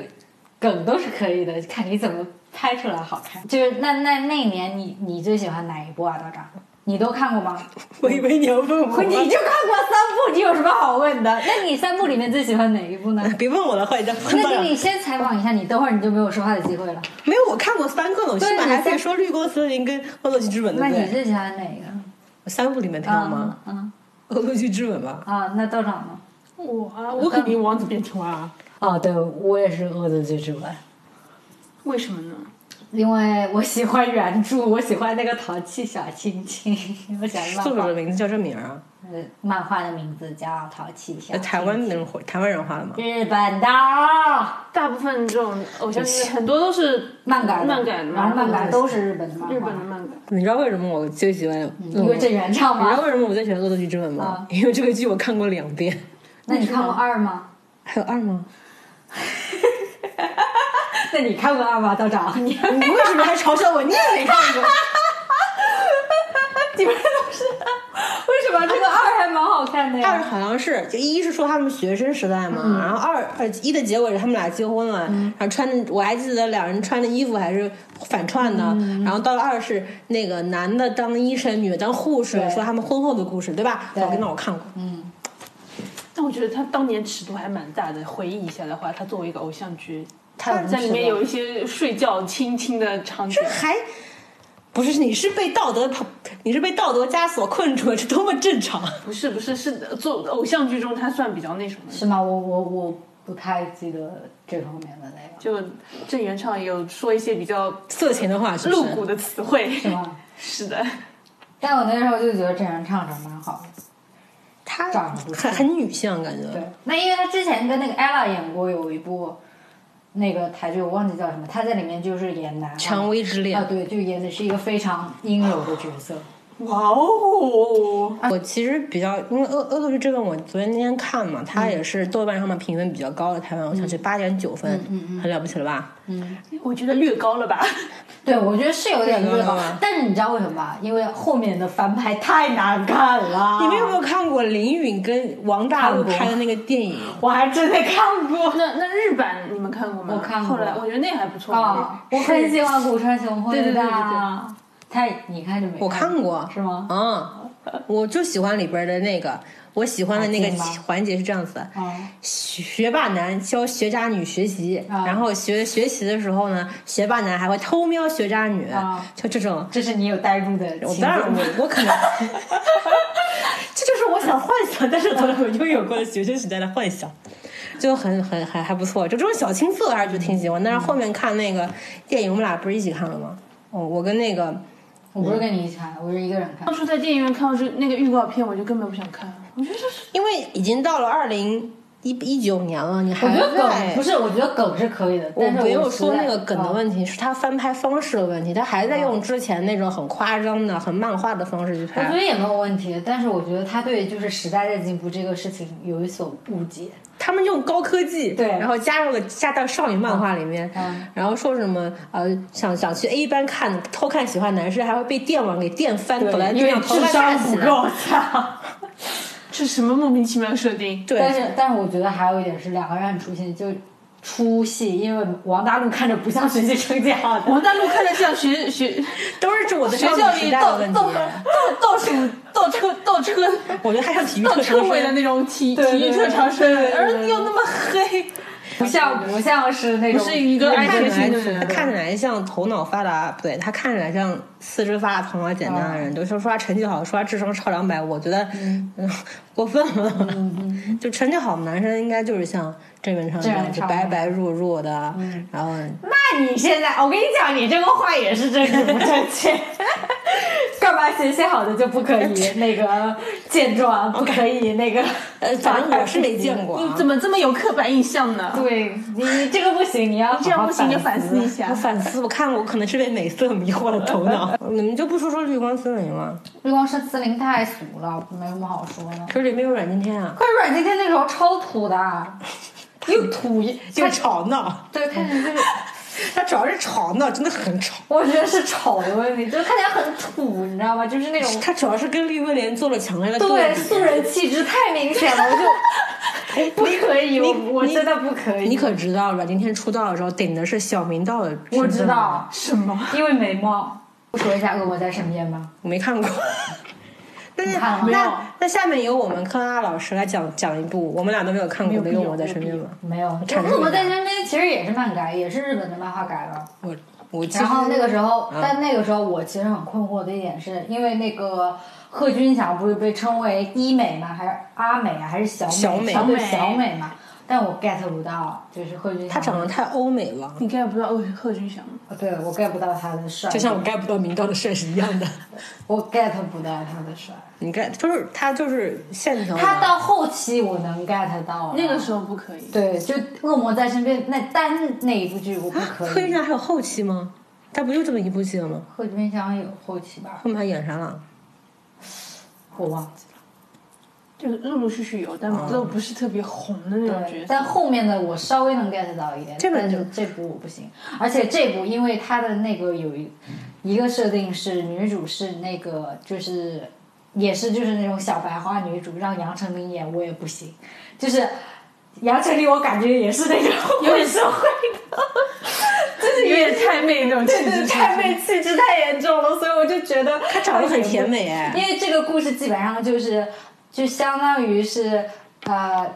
Speaker 2: 梗都是可以的，看你怎么拍出来好看。就是那那那一年你你最喜欢哪一部啊？道长，你都看过 吗？
Speaker 1: 我以为你要问我，
Speaker 2: 你就看过三部，你有什么好问的？那你三部里面最喜欢哪 一部呢？
Speaker 1: 别问我了，坏蛋。
Speaker 2: 那你先采访一下你，等会儿你就没有说话的机会了。
Speaker 1: 没有，我看过三个了，我起码
Speaker 2: 对你
Speaker 1: 还可以
Speaker 2: 三
Speaker 1: 说《绿光森林》跟《恶作剧之吻》
Speaker 2: 那
Speaker 1: 对不
Speaker 2: 你
Speaker 1: 对？
Speaker 2: 最喜欢哪一个？
Speaker 1: 三部里面挑吗？
Speaker 2: 嗯？嗯
Speaker 1: 《恶作剧之吻》吧。
Speaker 2: 啊，那道长呢？
Speaker 4: 我啊，我肯定王子变青蛙啊！
Speaker 2: 哦，对我也是《恶作剧之吻》，
Speaker 4: 为什么呢？
Speaker 2: 因为我喜欢原著， 我喜欢那个淘气小亲亲， 我喜欢
Speaker 1: 作
Speaker 2: 漫
Speaker 1: 者的
Speaker 2: 画。
Speaker 1: 名字叫这名儿啊？
Speaker 2: 呃，漫画的名字叫《淘气小
Speaker 1: 呃
Speaker 2: 亲亲
Speaker 1: 台湾人画，台湾人画的吗？
Speaker 2: 日本的
Speaker 4: 大部分这种偶像剧很多都是
Speaker 2: 漫改的，
Speaker 4: 漫改的嘛
Speaker 2: 然后漫改都是日本的漫画，
Speaker 4: 日本的漫改。
Speaker 1: 你知道为什么我最喜欢？
Speaker 2: 因为这原
Speaker 1: 嗯
Speaker 2: 唱
Speaker 1: 你知道
Speaker 2: 吗？
Speaker 1: 为什么我最喜欢《恶作剧之吻》吗
Speaker 2: 啊？
Speaker 1: 因为这个剧我看过两遍，
Speaker 2: 那你看过二吗？
Speaker 1: 还有二吗？
Speaker 2: 那你看过二吗，道长？ 你
Speaker 1: 你为什么还嘲笑我？你也没看过？
Speaker 2: 你们都是为什么这个二还蛮好看的
Speaker 1: 二
Speaker 2: 呀？
Speaker 1: 好像是，就一是说他们学生时代嘛，然后二呃一的结尾是他们俩结婚了，然后穿的我还记得两人穿的衣服还是反串的，然后到了二是那个男的当医生，女的当护士，
Speaker 2: 对
Speaker 1: 说他们婚后的故事，对吧？
Speaker 2: 对
Speaker 1: 我跟那我看过，
Speaker 4: 但我觉得他当年尺度还蛮大的。回忆一下的话，他作为一个偶像剧，
Speaker 1: 太无
Speaker 4: 在里面
Speaker 1: 耻了
Speaker 4: 有一些睡觉亲亲的场景
Speaker 1: 这。还不是你是被道德绑你是被道德枷锁困住了，这多么正常！
Speaker 4: 不是不是是呃做偶像剧中他算比较那什么的。
Speaker 2: 是吗？我我我不太记得这方面的内容，
Speaker 4: 就郑元畅也有说一些比较
Speaker 1: 色情的话是不
Speaker 4: 露
Speaker 1: 是？
Speaker 4: 骨的词汇。
Speaker 2: 是吗？
Speaker 4: 是的，
Speaker 2: 但我那时候就觉得郑元畅长得蛮好的，
Speaker 1: 他
Speaker 2: 长得不错
Speaker 1: 很很女性啊感觉。
Speaker 2: 对。那因为他之前跟那个 ella 演过有一部那个台剧，我忘记叫什么，他在里面就是演男
Speaker 1: 蔷薇之恋
Speaker 2: 啊，对，就演的是一个非常阴柔的角色。
Speaker 4: 哇哦！
Speaker 2: 啊
Speaker 1: 我其实比较，因为恶恶作剧这个，我昨天那天看嘛，它也是豆瓣上面评分比较高的台湾
Speaker 2: 嗯
Speaker 1: 偶像剧，八点九分，很了不起了吧？
Speaker 4: 我觉得略高了吧？
Speaker 2: 对，我觉得是有点
Speaker 1: 明白
Speaker 2: 热
Speaker 1: 了
Speaker 2: 闹，但是你知道为什么吧？因为后面的翻拍太难看了。
Speaker 1: 你们有没有看过林允跟王大陆
Speaker 2: 啊看过
Speaker 1: 拍的那个电影？
Speaker 2: 我还真的看过
Speaker 4: 那那日版你们看过吗？
Speaker 2: 我看过
Speaker 4: 后来我觉得那还不错。
Speaker 2: 啊！我很喜欢古川雄辉的。
Speaker 4: 对对对对对
Speaker 2: 他你看就没？
Speaker 1: 我看过，
Speaker 2: 是吗？
Speaker 1: 嗯，我就喜欢里边的那个，我喜欢的那个
Speaker 2: 啊真的吗
Speaker 1: 环节是这样子的，
Speaker 2: 啊，
Speaker 1: 学霸男教学渣女学习，
Speaker 2: 啊
Speaker 1: 然后学学习的时候呢，学霸男还会偷瞄学渣女，
Speaker 2: 啊
Speaker 1: 就这种。
Speaker 2: 这是你有代入的
Speaker 1: 我
Speaker 2: 情
Speaker 1: 当然
Speaker 2: 节。
Speaker 1: 我我可 能，这就是我想幻想，但是从来没有拥有过的学生时代的幻想，就很很还还不错。就这种小青涩还是觉得挺喜欢。但是后面看那个电影，我们俩不是一起看了吗？哦，我跟那个
Speaker 2: 我不是跟你一起看，我是一个人看
Speaker 4: 当。初在电影院看到这那个预告片，我就根本不想看。我觉得这是
Speaker 1: 因为已经到了二零一一九年了，你还
Speaker 2: 我觉得
Speaker 1: 在
Speaker 2: 梗不是，我觉得梗是可以的，
Speaker 1: 我
Speaker 2: 但是
Speaker 1: 没有说那个梗的
Speaker 2: 题。
Speaker 1: 问题，是他翻拍方式的问题，他还在用之前那种很夸张的、很漫画的方式去
Speaker 2: 嗯我觉
Speaker 1: 拍
Speaker 2: 得。也没有问题，但是我觉得他对就是时代在进步这个事情有所误解。
Speaker 1: 他们用高科技，
Speaker 2: 对
Speaker 1: 然后加入了加到少女漫画里面，
Speaker 2: 嗯
Speaker 1: 然后说什么呃，想想去 A 班看偷看喜欢男生，还会被电网给电翻，本来就想头发炸起来。
Speaker 2: 操！
Speaker 4: 这是什么莫名其妙的设定？
Speaker 2: 但
Speaker 1: 对，
Speaker 2: 是但是我觉得还有一点是两个人很出现就出戏，因为王大陆看着不像学习成绩好的，
Speaker 4: 王大陆看着像学学
Speaker 1: 都是指我的
Speaker 4: 学
Speaker 1: 少
Speaker 4: 校
Speaker 1: 女时
Speaker 4: 里
Speaker 1: 代
Speaker 4: 倒
Speaker 1: 的问题
Speaker 4: 倒。倒倒数倒车倒车
Speaker 1: 我觉得还像体育
Speaker 4: 倒
Speaker 1: 特
Speaker 4: 车
Speaker 1: 长
Speaker 4: 尾的
Speaker 1: 生，
Speaker 4: 那种体
Speaker 2: 对对
Speaker 4: 体育特长生，
Speaker 2: 对对对
Speaker 4: 而
Speaker 2: 对
Speaker 4: 又那么黑，
Speaker 2: 不像不像是那种
Speaker 4: 不是一个
Speaker 1: 他
Speaker 4: 爱
Speaker 1: 看
Speaker 4: 学
Speaker 1: 起来
Speaker 4: 习的人
Speaker 1: 他看起来像头脑发达，不对，他看起来像四肢发达、头脑简单的人。都说说他成绩好，说他智商超两百，我觉得哦嗯过分了。就成绩好的男生应该就是像郑元畅这啊嗯样
Speaker 2: 郑元
Speaker 1: 子
Speaker 2: 畅
Speaker 1: 白白弱弱的，然后
Speaker 2: 那你现在，我跟你讲，你这个话也是政治不正确。 干嘛学习好的就不可 以那个健壮，不可以那个？
Speaker 1: 呃，反正我是没见过
Speaker 4: 你
Speaker 1: 啊。
Speaker 4: 怎么这么有刻板印象呢？
Speaker 2: 对你你这个不行，你要
Speaker 4: 这样
Speaker 2: 好好
Speaker 4: 不行就反
Speaker 2: 思
Speaker 4: 思一
Speaker 1: 我
Speaker 4: 下。
Speaker 1: 反思，我看我可能是被美色迷惑了头脑。 你们就不说说绿光森林吗？
Speaker 2: 绿光森森林太俗了，没什么好说的。
Speaker 1: 可是里面有阮经天啊，
Speaker 2: 快软今天那时候超土的，又土
Speaker 1: 又吵闹，
Speaker 2: 对，看起 来就是，
Speaker 1: 他主要是吵闹，真的很吵。
Speaker 2: 我觉得是丑的问题，就看起来很土，你知道吗？就是那种
Speaker 1: 他主要是跟绿威廉做了强烈的
Speaker 2: 对
Speaker 1: 比。啊
Speaker 2: 素人气质太明显 了，我就不可以，我
Speaker 1: 你
Speaker 2: 我
Speaker 1: 你
Speaker 2: 真的不可以。
Speaker 1: 哎你可知道阮经天出道的时候顶的是小明道的？
Speaker 2: 我知，道，
Speaker 4: 什么？
Speaker 2: 因为美貌。不说一下《恶魔在身边》吗？
Speaker 1: 我没看过。 但是
Speaker 2: 你看了吗
Speaker 1: 那
Speaker 4: 没有
Speaker 1: 那那下面由我们科拉老师来讲讲一部我们俩都没有看过的《
Speaker 4: 没有必
Speaker 1: 用
Speaker 4: 要
Speaker 1: 我在身边》吧。
Speaker 2: 没有，《
Speaker 1: 产生
Speaker 2: 恶魔在身边》其实也是漫改，也是日本的漫画改了。
Speaker 1: 我我其实
Speaker 2: 然后那个时候，
Speaker 1: 嗯
Speaker 2: 但那个时候我其实很困惑的一点是，因为那个贺军翔不是被称为一美嘛，还是阿美啊，还是小
Speaker 1: 小美
Speaker 2: 美？对小美嘛。但我 get 不到，就是贺军翔。
Speaker 1: 他长得太欧美了，
Speaker 4: 你 get 不到贺贺军翔吗？
Speaker 2: 对我 get 不到他的帅，
Speaker 1: 就像我 get 不到明道的帅是一样 的。
Speaker 2: 我 get 不到他的帅。
Speaker 1: 你 get 就是他就是线条嘛，啊
Speaker 2: 他到后期我能 get 到了
Speaker 4: 那个时候不可以。
Speaker 2: 对，就《恶魔在身边》那单那一部剧我不
Speaker 1: 贺
Speaker 2: 可
Speaker 1: 军
Speaker 2: 以。
Speaker 1: 翔还有后期吗？他不就这么一部戏了吗？
Speaker 2: 贺军翔有后期吧，
Speaker 1: 后面还演啥了？
Speaker 2: 我忘记了。
Speaker 4: 就是陆陆续续有，但都不是特别红的那种角
Speaker 2: 对，
Speaker 4: 色。
Speaker 2: 但后面的我稍微能 get 到一点，
Speaker 1: 这本
Speaker 2: 但是这部我不行。而且这部因为它的那个有一一个设定是女主是那个就是也是就是那种小白花女主，让杨丞琳演我也不行，就是杨丞琳我感觉也是那种 有点社会的。就是
Speaker 4: 有点太妹那种气
Speaker 2: 对对，
Speaker 4: 质。
Speaker 2: 太妹气质太严重了，所以我就觉得
Speaker 1: 他长得很甜美 哎
Speaker 2: 因为这个故事基本上就是，就相当于是呃，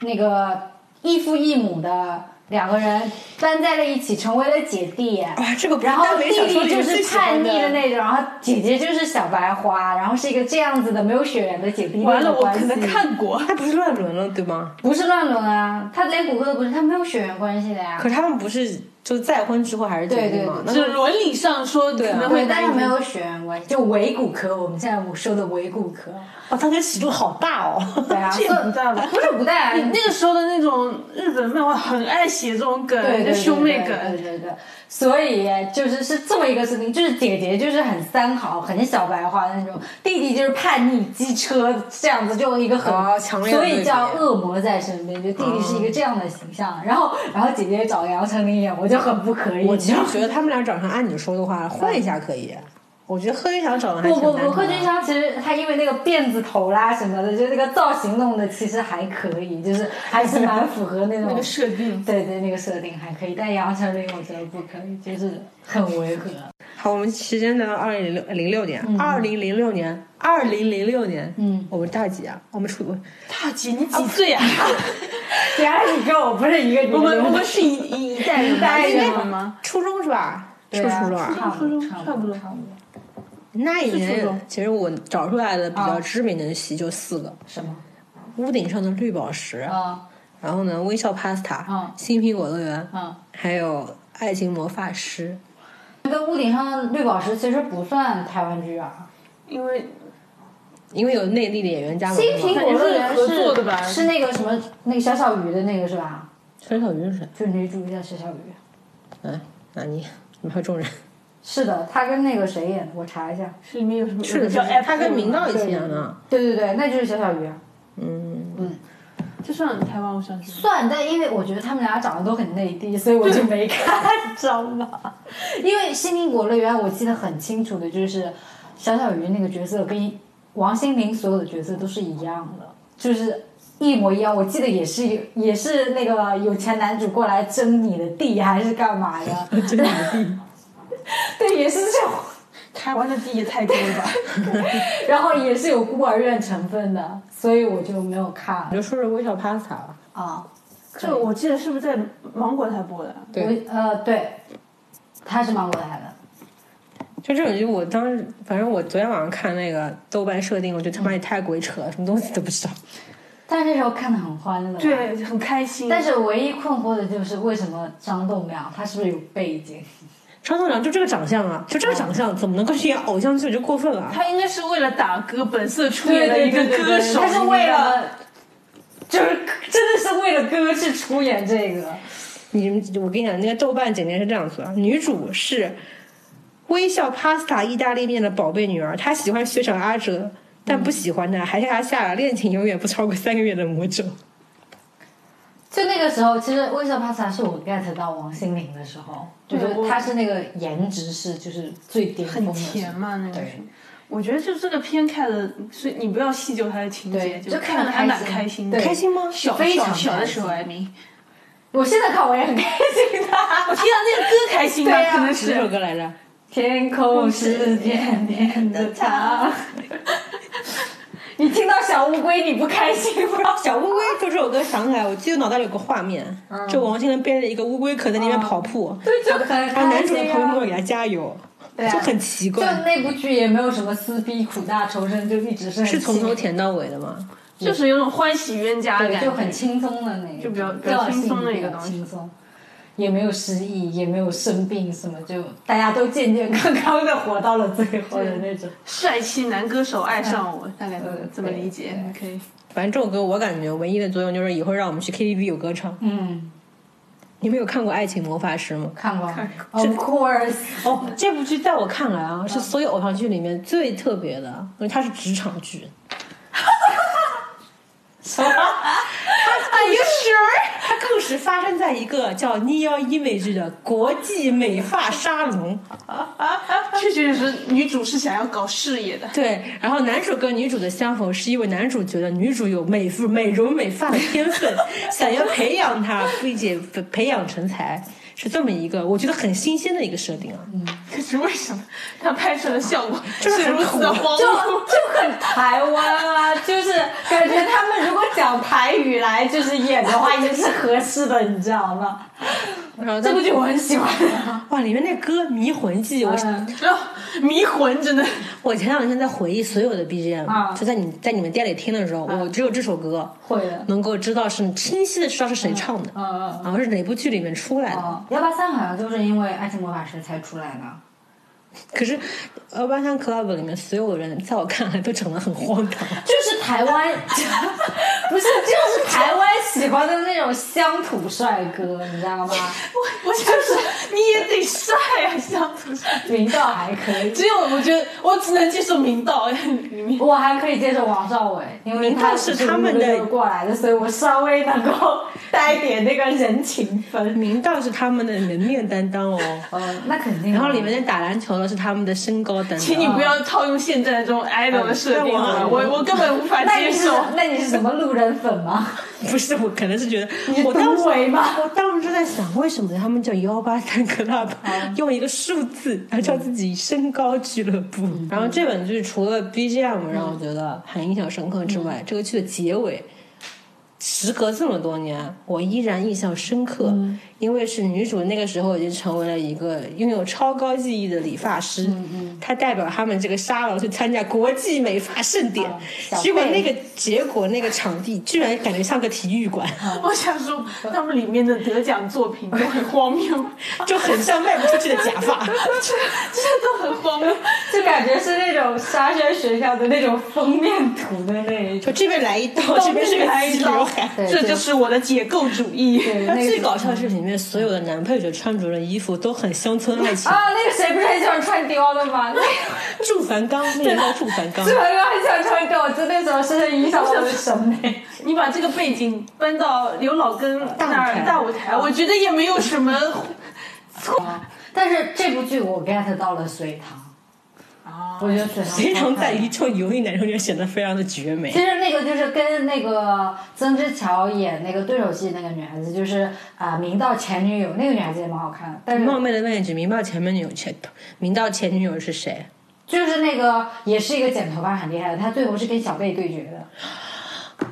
Speaker 2: 那个异父异母的两个人搬在了一起，成为了姐弟。
Speaker 1: 哇，这个不是
Speaker 2: 然后
Speaker 1: 耽美
Speaker 2: 弟
Speaker 1: 小说
Speaker 2: 弟
Speaker 1: 里
Speaker 2: 就
Speaker 1: 面最
Speaker 2: 是
Speaker 1: 喜欢
Speaker 2: 叛逆的
Speaker 1: 的。
Speaker 2: 那种，然后姐姐就是小白花，然后是一个这样子的没有血缘的姐弟
Speaker 4: 完
Speaker 2: 恋
Speaker 4: 了，
Speaker 2: 的
Speaker 4: 我
Speaker 2: 关
Speaker 4: 可
Speaker 2: 系。
Speaker 4: 能看过。
Speaker 1: 他不是乱伦了对吗？
Speaker 2: 不是乱伦啊，他连骨科都不是，他没有血缘关系的呀。
Speaker 1: 可是他们不是就再婚之后还是姐弟吗？那
Speaker 4: 就是伦理上说可
Speaker 1: 啊
Speaker 4: 能
Speaker 2: 对
Speaker 4: 会，
Speaker 2: 但
Speaker 4: 难
Speaker 2: 是
Speaker 4: 一
Speaker 2: 没
Speaker 4: 点。
Speaker 2: 有血缘关系，就伪骨科，我们现在我说的伪骨 科。
Speaker 1: 哦，他跟尺度好大哦。
Speaker 2: 对啊，
Speaker 4: 这也不带了
Speaker 2: 不是不 带啊，
Speaker 4: 你那个时候的那种日本漫画很爱写这种 梗，
Speaker 2: 对对对
Speaker 4: 就兄妹
Speaker 2: 对
Speaker 4: 梗。
Speaker 2: 对对，所以就是是这么一个设定，就是姐姐就是很三好、很小白花的那种，弟弟就是叛逆、机车这样子，就一个很、
Speaker 1: 哦强烈的
Speaker 2: 所
Speaker 1: 对
Speaker 2: 以
Speaker 1: 比
Speaker 2: 叫恶魔在身边，就弟弟是一个这样的形象，然后然后姐姐找杨丞琳演，我就很不可 以，
Speaker 1: 我
Speaker 2: 你
Speaker 1: 其
Speaker 2: 知
Speaker 1: 实
Speaker 2: 道吗？
Speaker 1: 觉得他们俩长相，按你说的话，换一下可以。我觉得贺军翔长得还
Speaker 2: 不
Speaker 1: 挺
Speaker 2: 不
Speaker 1: 难看啊
Speaker 2: 不，
Speaker 1: 的
Speaker 2: 贺军翔其实他因为那个辫子头啦什么的，就那个造型弄的其实还可以，就是还是蛮符 合那种
Speaker 4: 那个设定，
Speaker 2: 对对，那个设定还可以，但杨丞琳我觉得不可以，就是很违和。
Speaker 1: 好，我们时间来到二零零六零六年，二零零六年，二零零六年，
Speaker 2: 嗯，
Speaker 1: 我们大几啊？我们初
Speaker 4: 大姐你几岁啊？
Speaker 2: 原来你跟我不是一个年
Speaker 4: 我们我
Speaker 2: 龄的
Speaker 4: 们是一一一代 人
Speaker 2: 一
Speaker 4: 吗，
Speaker 2: 代人
Speaker 4: 是这样吗？
Speaker 1: 初中是吧？是
Speaker 2: 对啊
Speaker 1: 初中啊？
Speaker 2: 差不多
Speaker 4: 初中
Speaker 2: 差不多
Speaker 4: 差
Speaker 2: 差不多。
Speaker 1: 那一
Speaker 4: 是初
Speaker 1: 年
Speaker 4: 中，
Speaker 1: 其实我找出来的比较
Speaker 2: 啊
Speaker 1: 知名的戏就四个：
Speaker 2: 什么？
Speaker 1: 屋顶上的绿宝石，
Speaker 2: 啊
Speaker 1: 然后呢，微笑 Pasta，
Speaker 2: 嗯
Speaker 1: 新苹果乐园，
Speaker 2: 啊！
Speaker 1: 还有爱情魔法师。
Speaker 2: 跟屋顶上的绿宝石其实不算台湾剧啊，
Speaker 4: 因为
Speaker 1: 因为有内地的演员加盟
Speaker 2: 新
Speaker 1: 嘛。
Speaker 2: 苹果乐园
Speaker 4: 感觉是合作的吧
Speaker 2: 是是那个什么那个小小鱼的那个是吧？
Speaker 1: 陈小云是谁？
Speaker 2: 就女主叫小小鱼。
Speaker 1: 哎，那你怎么会中人？
Speaker 2: 是的，她跟那个谁演的？我查一下。
Speaker 4: 是里面有什么？
Speaker 1: 是的，
Speaker 4: 叫
Speaker 1: 是的
Speaker 4: Apple，
Speaker 1: 他跟明道一起
Speaker 2: 对
Speaker 1: 演的。
Speaker 2: 对对对，那就是小小鱼啊。
Speaker 1: 嗯，
Speaker 4: 这算台湾偶像剧吗？
Speaker 2: 算，但因为我觉得他们俩长得都很内地，所以我就没看，知道吗？因为《新民国乐园》，我记得很清楚的就是小小鱼那个角色跟王心凌所有的角色都是一样的，就是一模一样。我记得也是有也是那个有钱男主过来争你的地还是干嘛的？ 争你的地？对，也是这种。
Speaker 4: 台湾的地也太多了 吧？
Speaker 2: 然后也是有孤儿院成分的，所以我就没有看
Speaker 1: 你就说说微笑 Pasta 吧。
Speaker 2: 啊。可以
Speaker 4: 就我记得是不是在芒果台播的？
Speaker 1: 对
Speaker 2: 我呃对，他是芒果台的，
Speaker 1: 就这种剧，我当时反正我昨天晚上看那个豆瓣设定，我觉得他妈也太鬼扯了，什么东西都不知道。
Speaker 2: 但是那时候看的很欢乐。。
Speaker 4: 对，很开心。
Speaker 2: 但是唯一困惑的就是为什么张栋梁他是不是有背景？
Speaker 1: 张栋梁就这个长相啊，就这个长相怎么能够去演偶像剧？我就过分了。啊
Speaker 4: 他应该是为了打歌本色出演的一个
Speaker 2: 对对
Speaker 4: 歌
Speaker 2: 对
Speaker 4: 手，
Speaker 2: 他是为
Speaker 4: 你知道吗
Speaker 2: 了，就是真的是为了歌去出演这个。
Speaker 1: 你我跟你讲，那个豆瓣简介是这样子的：女主是微笑 pasta 意大利面的宝贝女儿，她喜欢学长阿哲，但不喜欢他，还是他下了恋情永远不超过三个月的魔 咒。
Speaker 2: 就那个时候，其实《微笑帕萨》是我 get 到王心凌的时候，我
Speaker 4: 对
Speaker 2: 觉得
Speaker 4: 我
Speaker 2: 她是那个颜值是就是最巅峰
Speaker 4: 很
Speaker 2: 的
Speaker 4: 甜
Speaker 2: 时候。
Speaker 4: 嘛那个
Speaker 2: 对
Speaker 4: 剧。我觉得就这个片看的，所以你不要细究它的情节，
Speaker 2: 对
Speaker 4: 就
Speaker 2: 就看得
Speaker 4: 看的还蛮
Speaker 2: 开心
Speaker 4: 开心的。
Speaker 2: 对
Speaker 1: 开心吗？
Speaker 4: 小
Speaker 2: 非常
Speaker 4: 小小的
Speaker 2: 开
Speaker 4: 时候
Speaker 2: 心
Speaker 4: ，I mean，
Speaker 2: 我现在看我也很开心的。
Speaker 4: 我听到那个歌开心
Speaker 2: 对
Speaker 4: 吧，
Speaker 2: 啊
Speaker 4: 可能
Speaker 1: 是这首
Speaker 4: 是
Speaker 1: 歌来着？
Speaker 2: 天空是渐渐的长。你听到小乌龟，你不开心吗？
Speaker 1: 小乌龟就这首歌想起来，我记得脑袋里有个画面，啊就王心凌背着一个乌龟壳在那边跑步，
Speaker 2: 对，就很开
Speaker 1: 然
Speaker 2: 心、啊。
Speaker 1: 后男主在旁边默默给他加油，
Speaker 2: 对啊
Speaker 1: 就很奇
Speaker 2: 就
Speaker 1: 怪。
Speaker 2: 那部剧也没有什么撕逼、苦大仇深，就一直是很
Speaker 1: 是从头
Speaker 2: 轻
Speaker 1: 舔到尾的吗？
Speaker 4: 就是有种欢喜冤家的
Speaker 2: 对，
Speaker 4: 感
Speaker 2: 就很
Speaker 4: 觉。
Speaker 2: 轻松的那个，
Speaker 4: 就比较比较
Speaker 2: 调性
Speaker 4: 轻松的一个东西
Speaker 2: 比较轻松，也没有失忆，也没有生病什么，就大家都健 健康康的活到了最后的那种。
Speaker 4: 帅气男歌手爱上我，大概能这么理解
Speaker 2: 对对。
Speaker 4: 可以，
Speaker 1: 反正这首歌我感觉唯一的作用就是以后让我们去 KTV 有歌唱。
Speaker 2: 嗯，
Speaker 1: 你们有看过《爱情魔法师》吗？
Speaker 2: 看过
Speaker 4: 看
Speaker 2: ，Of course，
Speaker 1: 哦，这部剧在我看来啊，是所有偶像剧里面最特别的，因为它是职场 剧。什么？Are you sure？它更是发生在一个叫 Neo 医美剧的国际美发沙龙。
Speaker 4: 确确实实，女主是想要搞事业的。
Speaker 1: 对，然后男主跟女主的相逢，是因为男主觉得女主有美肤、美容美发的天分，想要培养她，并且培养成才，是这么一个我觉得很新鲜的一个设定啊。
Speaker 4: 可是为什么他拍出来的效果
Speaker 1: 就是
Speaker 4: 是
Speaker 1: 很
Speaker 4: 如此的
Speaker 1: 苦
Speaker 4: 荒
Speaker 2: 就
Speaker 4: 谬？
Speaker 2: 就很台湾啊，就是感觉他们如果讲台语来就是演的话，也是合适的，你知道吗？
Speaker 1: 然后
Speaker 2: 这部
Speaker 1: 就
Speaker 2: 剧我很喜欢。
Speaker 1: 哇，里面那歌《迷魂记》，我、
Speaker 2: 嗯
Speaker 4: 啊，迷魂真的。
Speaker 1: 我前两天在回忆所有的 BGM，、
Speaker 2: 啊
Speaker 1: 就在你在你们店里听的时候，我只有这首歌
Speaker 2: 会的
Speaker 1: 能够知道是清晰的知道是谁唱的，
Speaker 2: 嗯嗯嗯
Speaker 1: 然后是哪部剧里面出来的。
Speaker 2: 哦，幺八三好像就是因为《爱情魔法师》才出来的。
Speaker 1: 可是《呃，万象 Club》里面所有人，在我看来都长得很荒唐。
Speaker 2: 就是台湾， 不是，就是台湾喜欢的那种乡土帅哥，你知道吗？
Speaker 4: 我想说，你也得帅啊，像不是？
Speaker 2: 明道还可以，
Speaker 4: 只有我觉得，我只能接受明道哎里面。
Speaker 2: 我还可以接受王少伟，因为
Speaker 1: 明道
Speaker 2: 他
Speaker 1: 是他们的
Speaker 2: 是过来的，所以我稍微能够带一点那个人情分。
Speaker 1: 明道是他们的门面担当哦，
Speaker 2: 哦，那肯定。
Speaker 1: 然后里面那打篮球的是他们的身高担
Speaker 4: 请你
Speaker 1: 当。
Speaker 4: 不要套用现在这种 idol 的设定啊，我我根本无法
Speaker 2: 那
Speaker 4: 接
Speaker 2: 你是
Speaker 4: 受。
Speaker 2: 那你是什么路人粉吗？
Speaker 1: 不是，我可能是觉得
Speaker 2: 你是
Speaker 1: 我当时
Speaker 2: 独为吗
Speaker 1: 我当时在想，为什么他们叫幺八三 club，、用一个数字，然后叫自己身高俱乐部。然后这本剧除了 BGM 让我觉得很印象深刻之外，这个剧的结尾，时隔这么多年，我依然印象深刻，因为是女主那个时候已经成为了一个拥有超高技艺的理发师，她代表他们这个沙龙去参加国际美发盛典，
Speaker 2: 小
Speaker 1: 结果
Speaker 2: 贝
Speaker 1: 那个结果那个场地居然感觉像个体育馆。
Speaker 4: 我想说，他们里面的得奖作品都很荒谬，
Speaker 1: 就很像卖不出去的假 发。
Speaker 4: 这都很荒 谬。
Speaker 2: 就感觉是那种沙宣学校的那种封面图的那一
Speaker 1: 就
Speaker 2: 种。
Speaker 1: 这边来一刀，哦这边是个齐刘海。
Speaker 2: 对
Speaker 4: 这就是我的解构主义。
Speaker 2: 对，那
Speaker 1: 那
Speaker 2: 个
Speaker 1: 最搞笑的是，里面所有的男配角穿着的衣服都很乡村爱情。
Speaker 2: 啊，那个谁不是很喜欢穿貂的吗？那个。
Speaker 1: 祝凡刚，那个叫祝凡刚
Speaker 2: 这。个很想穿狗子那时候是影响我的审 美。
Speaker 4: 你把这个背景搬到刘老根
Speaker 1: 大
Speaker 4: 那
Speaker 1: 舞台
Speaker 4: 儿大舞台，我觉得也没有什么。
Speaker 2: 哦但是这部剧我 get 到了隋唐，我觉得隋唐
Speaker 1: 隋唐
Speaker 2: 好看
Speaker 1: 在一众油腻男中间显得非常的绝美
Speaker 2: 其。实那个就是跟那个曾之乔演那个对手戏那个女孩子，就是啊、明道前女友那个女孩子也蛮好看的，但
Speaker 1: 冒
Speaker 2: 是
Speaker 1: 昧的问一句，明道前面女友前，明道前女友是谁？
Speaker 2: 就是那个也是一个剪头发很厉害的，她最后是跟小贝对决的。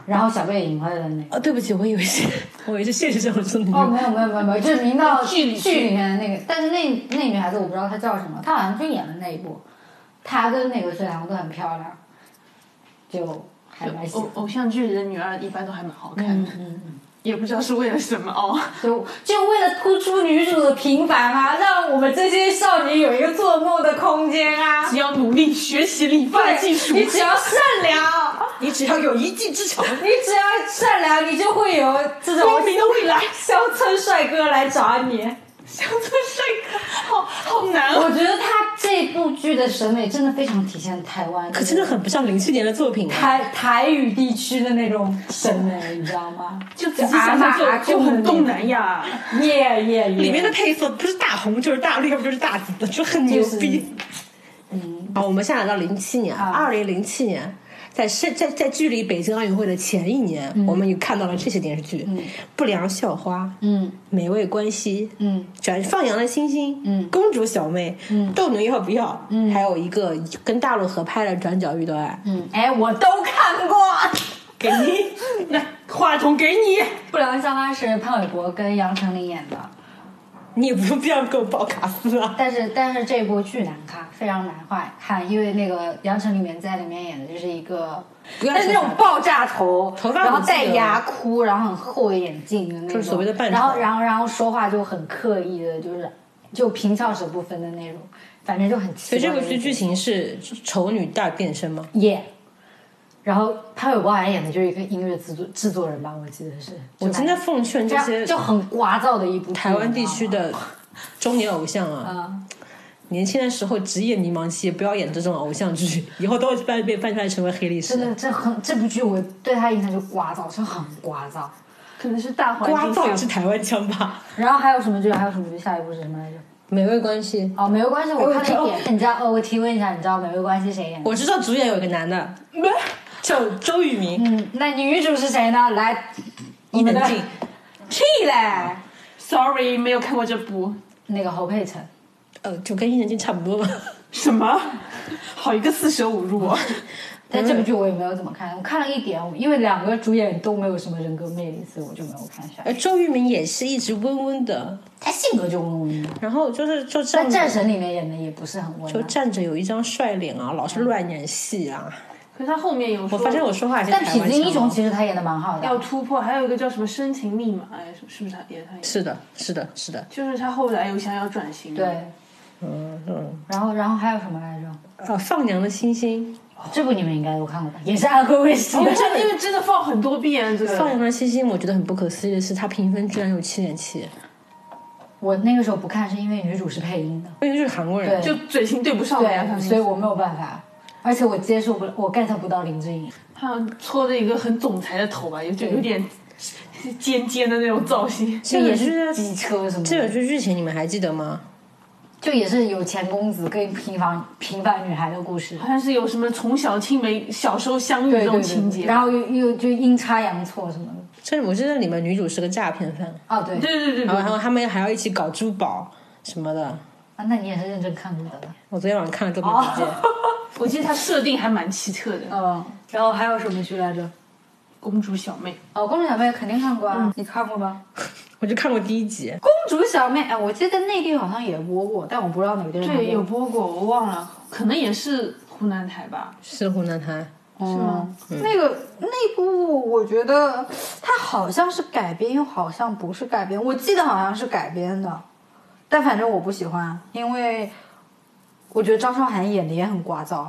Speaker 2: 然后小贝赢了的那个。
Speaker 1: 哦，对不起，我以为是， 我以为是现实生活中的女
Speaker 2: 哦，
Speaker 1: 友。
Speaker 2: 没有没有没有没有，就是明道
Speaker 4: 剧里
Speaker 2: 剧里面的那个，但是那那女孩子我不知道她叫什么，她好像就演了那一部，她跟那个隋唐都很漂亮，就还蛮喜欢
Speaker 4: 偶。偶像剧里的女二一般都还蛮好看
Speaker 2: 嗯
Speaker 4: 的，
Speaker 2: 嗯嗯，
Speaker 4: 也不知道是为了什么哦。
Speaker 2: 就就为了突出女主的平凡啊，让我们这些少女有一个做梦的空间啊。
Speaker 4: 只要努力学习理发技 术，
Speaker 2: 你只要善良，
Speaker 1: 你只要有一技之长，
Speaker 2: 你只要善良，你就会有这种
Speaker 4: 光明的未来。
Speaker 2: 乡村帅哥来找你。
Speaker 4: 乡村帅哥，好好难哦。
Speaker 2: 我觉得他这部剧的审美真的非常体现台湾，
Speaker 1: 可真的很不像零七年的作品啊。
Speaker 2: 台台语地区的那种审美，你知道吗？
Speaker 4: 就仔
Speaker 2: 就
Speaker 4: 细想想
Speaker 2: 阿嬷阿
Speaker 4: 就，就
Speaker 2: 公的
Speaker 4: 很
Speaker 2: 那
Speaker 4: 东
Speaker 2: 种
Speaker 4: 南亚。
Speaker 2: 耶耶耶！
Speaker 1: 里面的配色不是大红就是大绿，要不就是大紫的，就很牛逼。
Speaker 2: 嗯，
Speaker 1: 好，我们下来到零七年，
Speaker 2: 啊
Speaker 1: 二零零七年，在是在在距离北京奥运会的前一年，我们也看到了这些电视剧：不良校花》、
Speaker 2: 嗯
Speaker 1: 美味关系》、
Speaker 2: 嗯
Speaker 1: 转放羊的星星，
Speaker 2: 嗯
Speaker 1: 公主小妹，
Speaker 2: 嗯
Speaker 1: 斗牛要不要？
Speaker 2: 嗯
Speaker 1: 还有一个跟大陆合拍的《转角遇到爱
Speaker 2: 嗯，哎，我都看过。》，
Speaker 1: 给你，来话筒给你，
Speaker 2: 不良校花是潘玮柏跟杨丞琳演的，
Speaker 1: 你也不用必要给我报卡斯啊。
Speaker 2: 但是但是这部巨难看，非常难看看，因为那个杨丞琳在里面演的就是一个，
Speaker 1: 不要
Speaker 2: 但是那种爆炸头，
Speaker 1: 头发
Speaker 2: 然后
Speaker 1: 很细
Speaker 2: 戴
Speaker 1: 的
Speaker 2: 牙箍，然后很厚的眼镜的那种，
Speaker 1: 就是所谓的半
Speaker 2: 然后
Speaker 1: 场
Speaker 2: 然后然后说话就很刻意的，就是就平翘舌不分的那种，反正就很
Speaker 1: 所
Speaker 2: 奇怪。
Speaker 1: 以这部剧剧情是丑女大变身吗？
Speaker 2: 耶。然后潘玮柏好像演的就是一个音乐制作制作人吧，我记得是。
Speaker 1: 我真的奉劝这
Speaker 2: 就
Speaker 1: 些
Speaker 2: 就很聒噪的一部剧
Speaker 1: 台湾地区。
Speaker 2: 你知道吗
Speaker 1: 的中年偶像啊，
Speaker 2: 啊，
Speaker 1: 年轻的时候职业迷茫期，不要演这种偶像剧， 以后都会被被翻出来成为黑历
Speaker 2: 真
Speaker 1: 史。
Speaker 2: 的，这很这部剧我对他印象就聒噪，是很聒噪。
Speaker 4: 可能是大环
Speaker 1: 刮
Speaker 4: 境
Speaker 1: 噪也
Speaker 4: 下
Speaker 1: 是台湾腔吧？
Speaker 2: 然后还有什么剧？还有什么剧？下一部是什么来着？
Speaker 1: 没有关系，
Speaker 2: 哦，没有关系，我看了一
Speaker 1: 哎
Speaker 2: 点。你知道？哦，我提问一下，你知道《没有关系》谁演的？
Speaker 1: 我知道主演有一个男的，叫周渝民，
Speaker 2: 嗯，那女主是谁呢？来，
Speaker 1: 伊能静。
Speaker 2: 屁嘞！
Speaker 4: ，sorry，没有看过这部。
Speaker 2: 那个侯佩岑，
Speaker 1: 呃，就跟伊能静差不多吧。
Speaker 4: 什么？好一个四舍五入啊！
Speaker 2: 但这部剧我也没有怎么看，我看了一点，因为两个主演都没有什么人格魅力，所以我就没有看下来。
Speaker 1: 而呃周渝民也是一直温温的，
Speaker 2: 他性格就温温的，
Speaker 1: 然后就是就站
Speaker 2: 在《
Speaker 1: 着
Speaker 2: 战神》里面演的也不是很温
Speaker 1: 就
Speaker 2: 啊。
Speaker 1: 站着有一张帅脸啊，老是乱演戏啊。
Speaker 4: 可是他后面有
Speaker 1: 我
Speaker 4: 说，
Speaker 1: 发现我说话也是
Speaker 2: 但
Speaker 1: 台
Speaker 2: 《
Speaker 1: 湾腔
Speaker 2: 痞
Speaker 1: 哦。
Speaker 2: 子英雄》其实他演的蛮好
Speaker 4: 要
Speaker 2: 的，
Speaker 4: 突破，还有一个叫什么深情密码，哎，是是不是他也他也？
Speaker 1: 是的，是的，是的。
Speaker 4: 就是他后来有想要转型，
Speaker 2: 对，。
Speaker 1: 嗯嗯，
Speaker 2: 然后，然后还有什么来着？
Speaker 1: 呃，放羊的星星。
Speaker 2: 这部你们应该都看过吧？也是安徽卫视
Speaker 4: 因
Speaker 2: 的
Speaker 4: 为。哦真因为真的放很多遍，这
Speaker 1: 放
Speaker 4: 个
Speaker 1: 羊的星星，我觉得很不可思议的是，它评分居然有七点七，
Speaker 2: 我那个时候不看，是因为女主是配音的，
Speaker 1: 因为就是韩国人，
Speaker 2: 对
Speaker 4: 就嘴哦型对不上呀，他
Speaker 2: 对，所以我没有办法，而且我接受不了，我 get 不到林志颖。
Speaker 4: 他搓着一个很总裁的头吧，有就有点尖尖的那种造型。
Speaker 2: 就
Speaker 1: 这
Speaker 2: 也
Speaker 1: 也是
Speaker 2: 是机车什么
Speaker 1: 这
Speaker 2: 的，
Speaker 1: 本剧剧情你们还记得吗？
Speaker 2: 就也是有钱公子跟平凡平凡女孩的故事，
Speaker 4: 好像是有什么从小青梅、小时候相遇这
Speaker 2: 对对
Speaker 4: 种
Speaker 2: 对
Speaker 4: 情
Speaker 2: 对，
Speaker 4: 节，
Speaker 2: 然后又又就阴差阳错什么的。
Speaker 1: 这我记得里面女主是个诈骗犯，
Speaker 2: 哦，对，
Speaker 4: 对对对
Speaker 1: 然后
Speaker 4: 对
Speaker 1: 然后他们还要一起搞珠宝什么的。
Speaker 2: 啊，那你也是认真看过的了。
Speaker 1: 我昨天晚上看了《周
Speaker 2: 哦
Speaker 1: 笔直接》，
Speaker 4: 我记得他设定还蛮奇特的，
Speaker 2: 嗯，然后还有什么剧来着？
Speaker 4: 公主小妹。
Speaker 2: 哦，公主小妹肯定看过啊，你看过吗？
Speaker 1: 我就看过第一集，
Speaker 2: 公主小妹，哎，我记得内地好像也播过，但我不知道哪个地方播。
Speaker 4: 对，哎有播过，我忘了，可能也是湖南台吧。
Speaker 1: 是湖南台。
Speaker 2: 嗯，那个那部我觉得它好像是改编，又好像不是改编。我记得好像是改编的，但反正我不喜欢，因为我觉得张韶涵演的也很聒噪。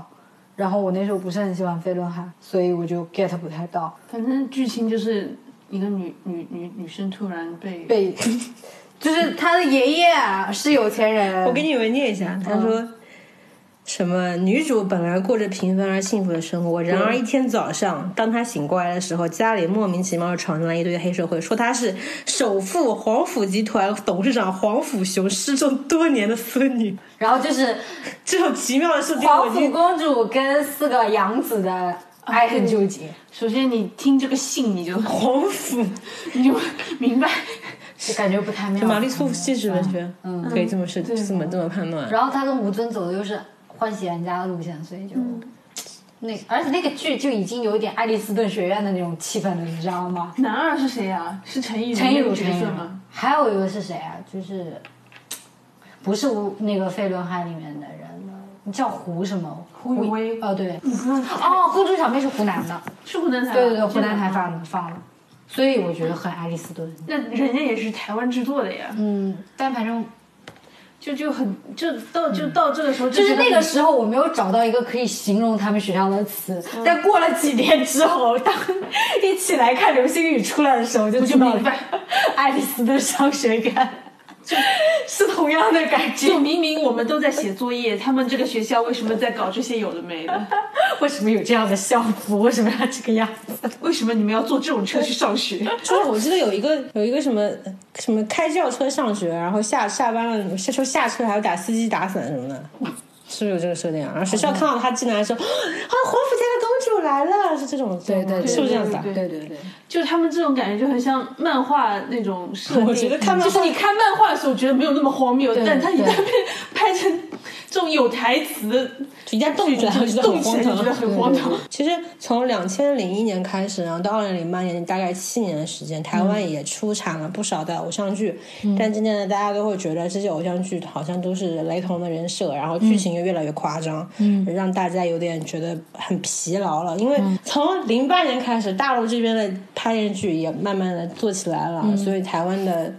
Speaker 2: 然后我那时候不是很喜欢飞轮海，所以我就 get 不太到
Speaker 4: 反正剧情就是一个女女女女生突然被
Speaker 2: 被，就是他的爷爷啊是有钱人，
Speaker 1: 我给你们念一下，他说。什么？女主本来过着平凡而幸福的生活，然而一天早上，当她醒过来的时候，家里莫名其妙地闯进来一堆黑社会，说她是首富黄埔集团董事长黄甫雄失踪多年的孙女。
Speaker 2: 然后就是
Speaker 1: 这种奇妙的事情，我
Speaker 2: 皇
Speaker 1: 已
Speaker 2: 甫
Speaker 1: 经
Speaker 2: 公主跟四个养子的爱恨纠结，
Speaker 4: 首先你听这个姓，你 就
Speaker 1: 黄甫
Speaker 4: 你就明白，
Speaker 2: 就感觉不太妙。
Speaker 1: 玛丽苏系式文学，嗯，可以这么是这么这么判断。
Speaker 4: 嗯
Speaker 2: 然后他跟吴尊走的又是欢喜人家的路线，所以就那而且那个剧就已经有点爱丽斯顿学院的那种气氛了，你知道吗？
Speaker 4: 男二是谁啊？是陈意
Speaker 2: 陈亦
Speaker 4: 如
Speaker 2: 儒
Speaker 4: 那个角
Speaker 2: 陈亦儒
Speaker 4: 色吗？，
Speaker 2: 还有一个是谁啊？就是不是吴那个《飞轮海》里面的人了，叫胡什么？
Speaker 4: 胡嗯宇威
Speaker 2: 哦，对，
Speaker 4: 你不用
Speaker 2: 哦，《公主小妹》是湖南的，
Speaker 4: 是湖南台吧，
Speaker 2: 对对对，
Speaker 4: 嗯这
Speaker 2: 湖
Speaker 4: 个嗯
Speaker 2: 南台放的放的，所以我觉得很爱丽斯顿。
Speaker 4: 那人家也是台湾制作的呀，
Speaker 2: 嗯，但反正
Speaker 4: 就就很就到就到这个时候
Speaker 2: 嗯就
Speaker 4: 就是
Speaker 2: 那个时候我没有找到一个可以形容他们学校的词，
Speaker 4: 嗯
Speaker 2: 但过了几年之后，当一起来看《流星雨》出来的时候，就知道
Speaker 4: 明
Speaker 2: 了
Speaker 4: 白
Speaker 2: 爱丽丝的商学院是同样的感觉
Speaker 4: 就。明明我们都在写作业，他们这个学校为什么在搞这些有的没的？
Speaker 2: 为什么有这样的校服？为什么要这个样子？
Speaker 4: 为什么你们要坐这种车去上学？
Speaker 1: 就是我记得有一个有一个什么什么开轿车上学，然后下下班了下车下车还要打司机打伞什么的，是不是有这个设定啊？然后学校看到他进来说啊，黄甫家的公主来了，是这种对
Speaker 2: 对对
Speaker 1: 是不是这样子啊？
Speaker 4: 对
Speaker 2: 对对对，
Speaker 4: 就他们这种感觉就很像漫画那种设定。
Speaker 1: 我觉得看漫画
Speaker 4: 就是你看漫画的时候觉得没有那么荒谬，
Speaker 2: 对
Speaker 4: 但他一旦
Speaker 2: 对
Speaker 4: 被 拍成这种有台词的
Speaker 1: 就一旦动起来，我觉得
Speaker 4: 动
Speaker 1: 很
Speaker 4: 起
Speaker 1: 荒
Speaker 4: 来就觉得
Speaker 1: 唐。
Speaker 4: 很荒唐。
Speaker 1: 其实从两千零一年开始，然后到二零零八年，大概七年的时间，台
Speaker 4: 嗯
Speaker 1: 湾也出产了不少的偶像剧。但渐渐的，大家都会觉得这些偶像剧好像都是雷同的人设，然后
Speaker 4: 嗯
Speaker 1: 剧情又越来越夸张，嗯、让大家有点觉得很疲劳了。因为
Speaker 4: 嗯
Speaker 1: 从零八年开始，大陆这边的拍电视剧也慢慢的做起来了，
Speaker 4: 嗯
Speaker 1: 所以台湾的。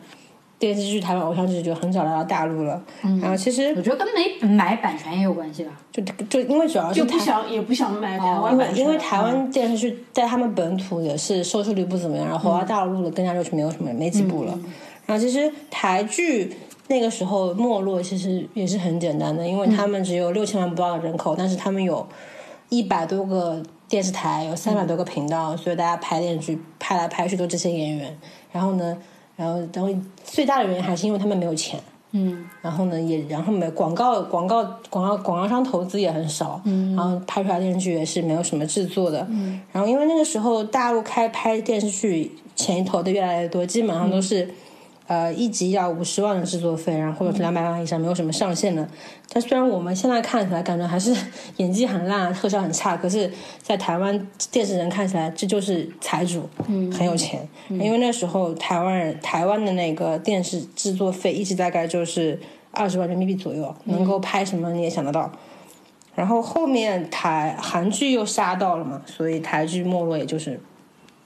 Speaker 1: 电视剧、台湾偶像剧就很少来到大陆了，
Speaker 4: 嗯
Speaker 1: 然后其实
Speaker 2: 我觉得跟没买版权也有关系吧。
Speaker 1: 就就因为主要是
Speaker 4: 就
Speaker 1: 台
Speaker 4: 不想也不想买台湾
Speaker 1: 因
Speaker 4: 版
Speaker 1: 为
Speaker 4: 权，嗯
Speaker 1: 因为台湾电视剧在他们本土也是收视率不怎么样，然后火到大陆的更加就是没有什么没几部
Speaker 4: 嗯
Speaker 1: 了。然后其实台剧那个时候没落，其实也是很简单的，因为他们只有六千万不到的人口，但是他们有一百多个电视台，有三百多个频道，所以大家拍电视剧拍来拍去都这些演员。然后呢，然后然后最大的原因还是因为他们没有钱。
Speaker 2: 嗯，
Speaker 1: 然后呢，也然后没广告广告广告广告商投资也很少，然后拍出来电视剧也是没有什么制作的，然后因为那个时候大陆开拍电视剧钱投的越来越多，基本上都是、呃一集要五十万的制作费，然后或者是两百万以上，没有什么上限的。但虽然我们现在看起来感觉还是 演技很烂，特效很差，可是，在台湾电视人看起来这就是财主，嗯，很有钱。因为那时候台湾人台湾的那个电视制作费一直大概就是二十万人民币左右，能够拍什么你也想得到。然后后面台韩剧又杀到了嘛，所以台剧没落也就是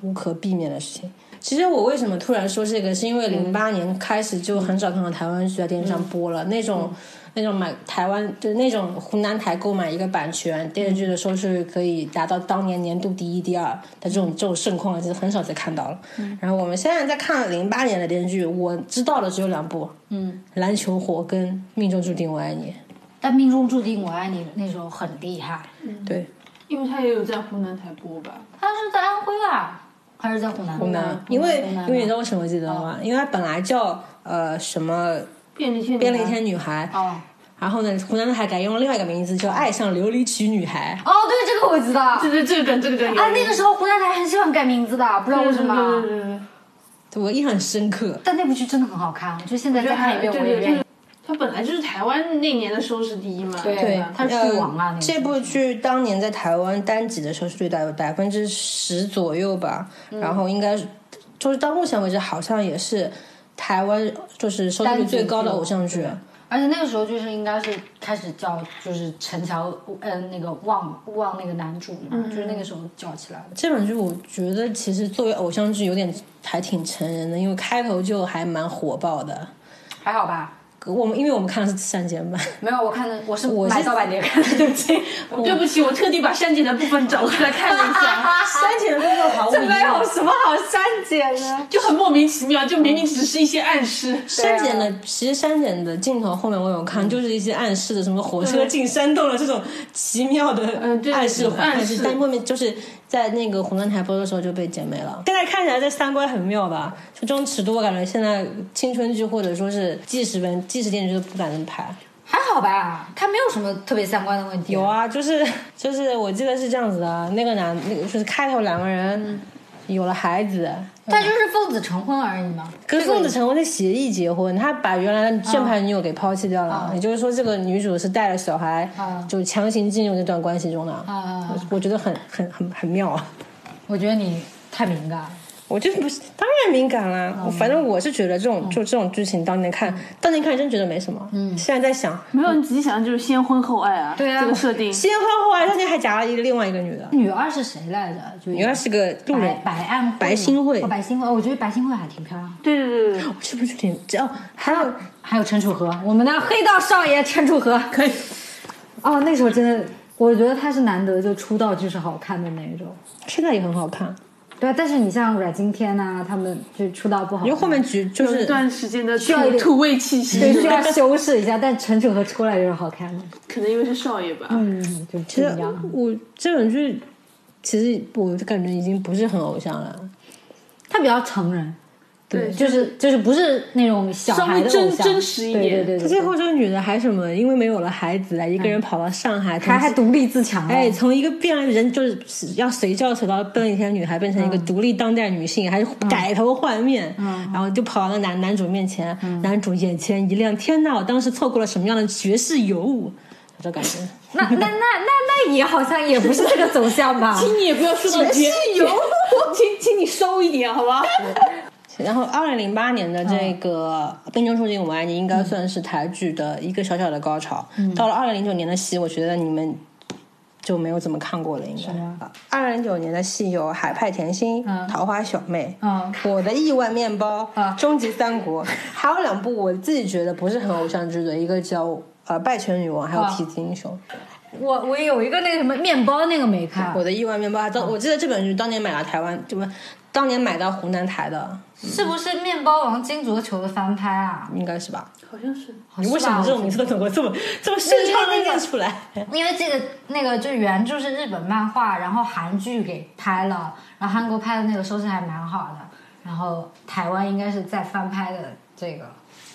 Speaker 1: 无可避免的事情。其实我为什么突然说这个，是因为零八年开始就很少看到台湾剧在电视上播了，那种、那种买台湾就是那种湖南台购买一个版权电视剧的收视率可以达到当年年度第一、第二的这种这种盛况，其实很少再看到了。然后我们现在在看零八年的电视剧，我知道的只有两部，嗯，《篮球火》跟《命中注定我爱你
Speaker 2: 但命中注定我爱你那时候很厉害，》。
Speaker 1: 对，
Speaker 2: 嗯
Speaker 4: 因为他也有在湖南台播吧？
Speaker 2: 他是在安徽啊，还是在湖南？湖
Speaker 1: 那因为
Speaker 2: 湖南
Speaker 1: 因为你知道为什么记得吗？
Speaker 2: 哦
Speaker 1: 因为它本来叫呃什么
Speaker 4: 便利贴，
Speaker 1: 便利贴女孩，
Speaker 2: 哦
Speaker 1: 然后呢，湖南台改用了另外一个名字叫《爱上琉璃曲女孩》。
Speaker 2: 哦，对，这个我知道。啊，
Speaker 4: 对对，这个梗这个梗有
Speaker 2: 那个时候湖南台很喜欢改名字的，不知道为什
Speaker 4: 对对
Speaker 2: 么。
Speaker 4: 对对对，
Speaker 1: 我印象很深刻。
Speaker 2: 但那部剧真的很好看，就现在再看一遍我
Speaker 4: 对
Speaker 2: 也
Speaker 4: 对
Speaker 2: 愿
Speaker 4: 对
Speaker 2: 意。
Speaker 4: 他本来就是台湾那年的收视第一嘛，
Speaker 2: 对
Speaker 4: 对
Speaker 1: 对
Speaker 4: 吧，
Speaker 2: 它是
Speaker 1: 呃
Speaker 2: 王啊那个
Speaker 1: 这部剧当年在台湾单集的收视率大概百分之十左右吧，
Speaker 2: 嗯
Speaker 1: 然后应该是就是到目前为止好像也是台湾就是收视率最高的偶像剧。
Speaker 2: 而且那个时候就是应该是开始叫就是陈乔，呃，那个忘忘那个男主嘛，就是那个时候叫起来的。
Speaker 1: 这本剧我觉得其实作为偶像剧有点还挺成人的，因为开头就还蛮火爆的。
Speaker 2: 还好吧？
Speaker 1: 我们因为我们看的是删减版，
Speaker 2: 没有，我看的我是
Speaker 1: 是
Speaker 2: 买盗版碟看的，对不起。
Speaker 4: 对不起，我特地把删减的部分找出来看了 一下，
Speaker 1: 删减的部分毫无疑问
Speaker 2: 什么好删减的。
Speaker 4: 就很莫名其妙，就明明只是一些暗示，
Speaker 1: 删减的，其实删减的镜头后面我有看，
Speaker 4: 嗯
Speaker 1: 就是一些暗示的，什么火车进山洞了这种奇妙的
Speaker 4: 嗯对
Speaker 1: 暗示环，
Speaker 4: 暗示
Speaker 1: 但是但后面就是在那个湖南台播的时候就被剪没了。现在看起来这三观很妙吧？就这种尺度，我感觉现在青春剧或者说是纪实文、纪实电视剧都不敢这么拍。
Speaker 2: 还好吧，它没有什么特别相关的问题。
Speaker 1: 啊
Speaker 2: 嗯
Speaker 1: 有，啊，就是就是，我记得是这样子的，那个男，那个就是开头两个人。有了孩子，
Speaker 2: 他就是奉子成婚而已嘛。
Speaker 1: 跟
Speaker 2: 这个嗯
Speaker 1: 宋子成婚是协议结婚，他把原来的正牌女友给抛弃掉了，
Speaker 2: 啊
Speaker 1: 也就是说，这个女主是带了小孩，
Speaker 2: 啊
Speaker 1: 就强行进入那段关系中的。
Speaker 2: 啊，
Speaker 1: 我我觉得很很很很妙啊！
Speaker 2: 我觉得你太敏感了。
Speaker 1: 我就不是，当然敏感啦。
Speaker 2: 嗯
Speaker 1: 我反正我是觉得这种就这种剧情，当年看，当年看真觉得没什么。嗯，现在在想，
Speaker 3: 没有，你仔细想，就是先婚后爱啊，
Speaker 2: 对啊
Speaker 3: 这个设定。
Speaker 1: 先婚后爱，当年还夹了一个另外一个女的，
Speaker 2: 女二是谁来着？就
Speaker 1: 原来是个路人
Speaker 2: 嗯白。白暗
Speaker 1: 白新慧
Speaker 2: 哦白新慧，哦我觉得白新慧还挺漂亮的。
Speaker 3: 对对对对，
Speaker 1: 哦是不是挺只要还有
Speaker 2: 还有陈楚河，我们的黑道少爷陈楚河可以。哦，那时候真的，我觉得他是难得就出道就是好看的那一种。
Speaker 1: 现在也很好看，
Speaker 2: 对啊，但是你像阮经天呐、他们就出道不好看，
Speaker 1: 因为后面局就
Speaker 3: 有一
Speaker 1: 是
Speaker 3: 段时间的
Speaker 2: 需要一
Speaker 3: 土
Speaker 2: 点
Speaker 3: 土味气
Speaker 2: 对
Speaker 3: 息，
Speaker 2: 需要修饰一下。但陈楚河出来就是好看的，
Speaker 3: 可能因为是少爷吧。
Speaker 2: 嗯，就
Speaker 1: 其
Speaker 2: 不
Speaker 1: 实
Speaker 2: 一样。
Speaker 1: 我这种剧，其实我感觉已经不是很偶像了。
Speaker 2: 他比较成人，
Speaker 3: 对，
Speaker 2: 就是就是不是那种小
Speaker 3: 稍微
Speaker 2: 孩的
Speaker 3: 真
Speaker 2: 偶像，
Speaker 3: 真实一
Speaker 2: 对
Speaker 3: 点
Speaker 2: 对对
Speaker 1: 她
Speaker 2: 对
Speaker 1: 最
Speaker 2: 对，
Speaker 1: 后这个女的还什么，因为没有了孩子，一个人跑到上海，
Speaker 2: 还哦还独立自强了。
Speaker 1: 哎，从一个变人就是要随叫随到奔一天女孩，变成一个独立当代女性，还是
Speaker 2: 嗯
Speaker 1: 改头换面，然后就跑到那男男主面前，男主眼前一亮，天呐，我当时错过了什么样的绝世尤物，有这感觉。
Speaker 2: 那那那那那也好像也不是这个走向吧？
Speaker 4: 请你也不要说到绝有，请请你收一点，好吧？
Speaker 1: 然后，二零零八年
Speaker 2: 嗯
Speaker 1: 的这个《冰中注定我爱你》应该算是台剧的一个小小的高潮。
Speaker 2: 嗯
Speaker 1: 到了二零零九年的戏，我觉得你们就没有怎么看过了，应该。二零零九年的戏有《海派甜心》
Speaker 2: 嗯
Speaker 1: 桃花小妹》
Speaker 2: 嗯
Speaker 1: 我的意外面包》
Speaker 2: 啊
Speaker 1: 终极三 国》，还有两部我自己觉得不是很偶像剧的，一个叫《呃拜权女王》，还有
Speaker 2: 啊
Speaker 1: 《痞子英雄》。
Speaker 2: 我我有一个那个什么面包那个没看
Speaker 1: 我，的意外面包，还
Speaker 2: 嗯
Speaker 1: 当我记得这本剧当年买了台湾，就不，当年买到湖南台的，
Speaker 2: 是不是面包王金卓球的翻拍啊？
Speaker 1: 应该是吧？
Speaker 3: 好像是。
Speaker 2: 好
Speaker 1: 你为
Speaker 2: 是
Speaker 1: 什么
Speaker 2: 吧
Speaker 1: 这种名字都能够这么这么顺畅的念出 来？
Speaker 2: 因为这个那个就原著是日本漫画，然后韩剧给拍了，然后韩国拍的那个收视还蛮好的，然后台湾应该是在翻拍的这个，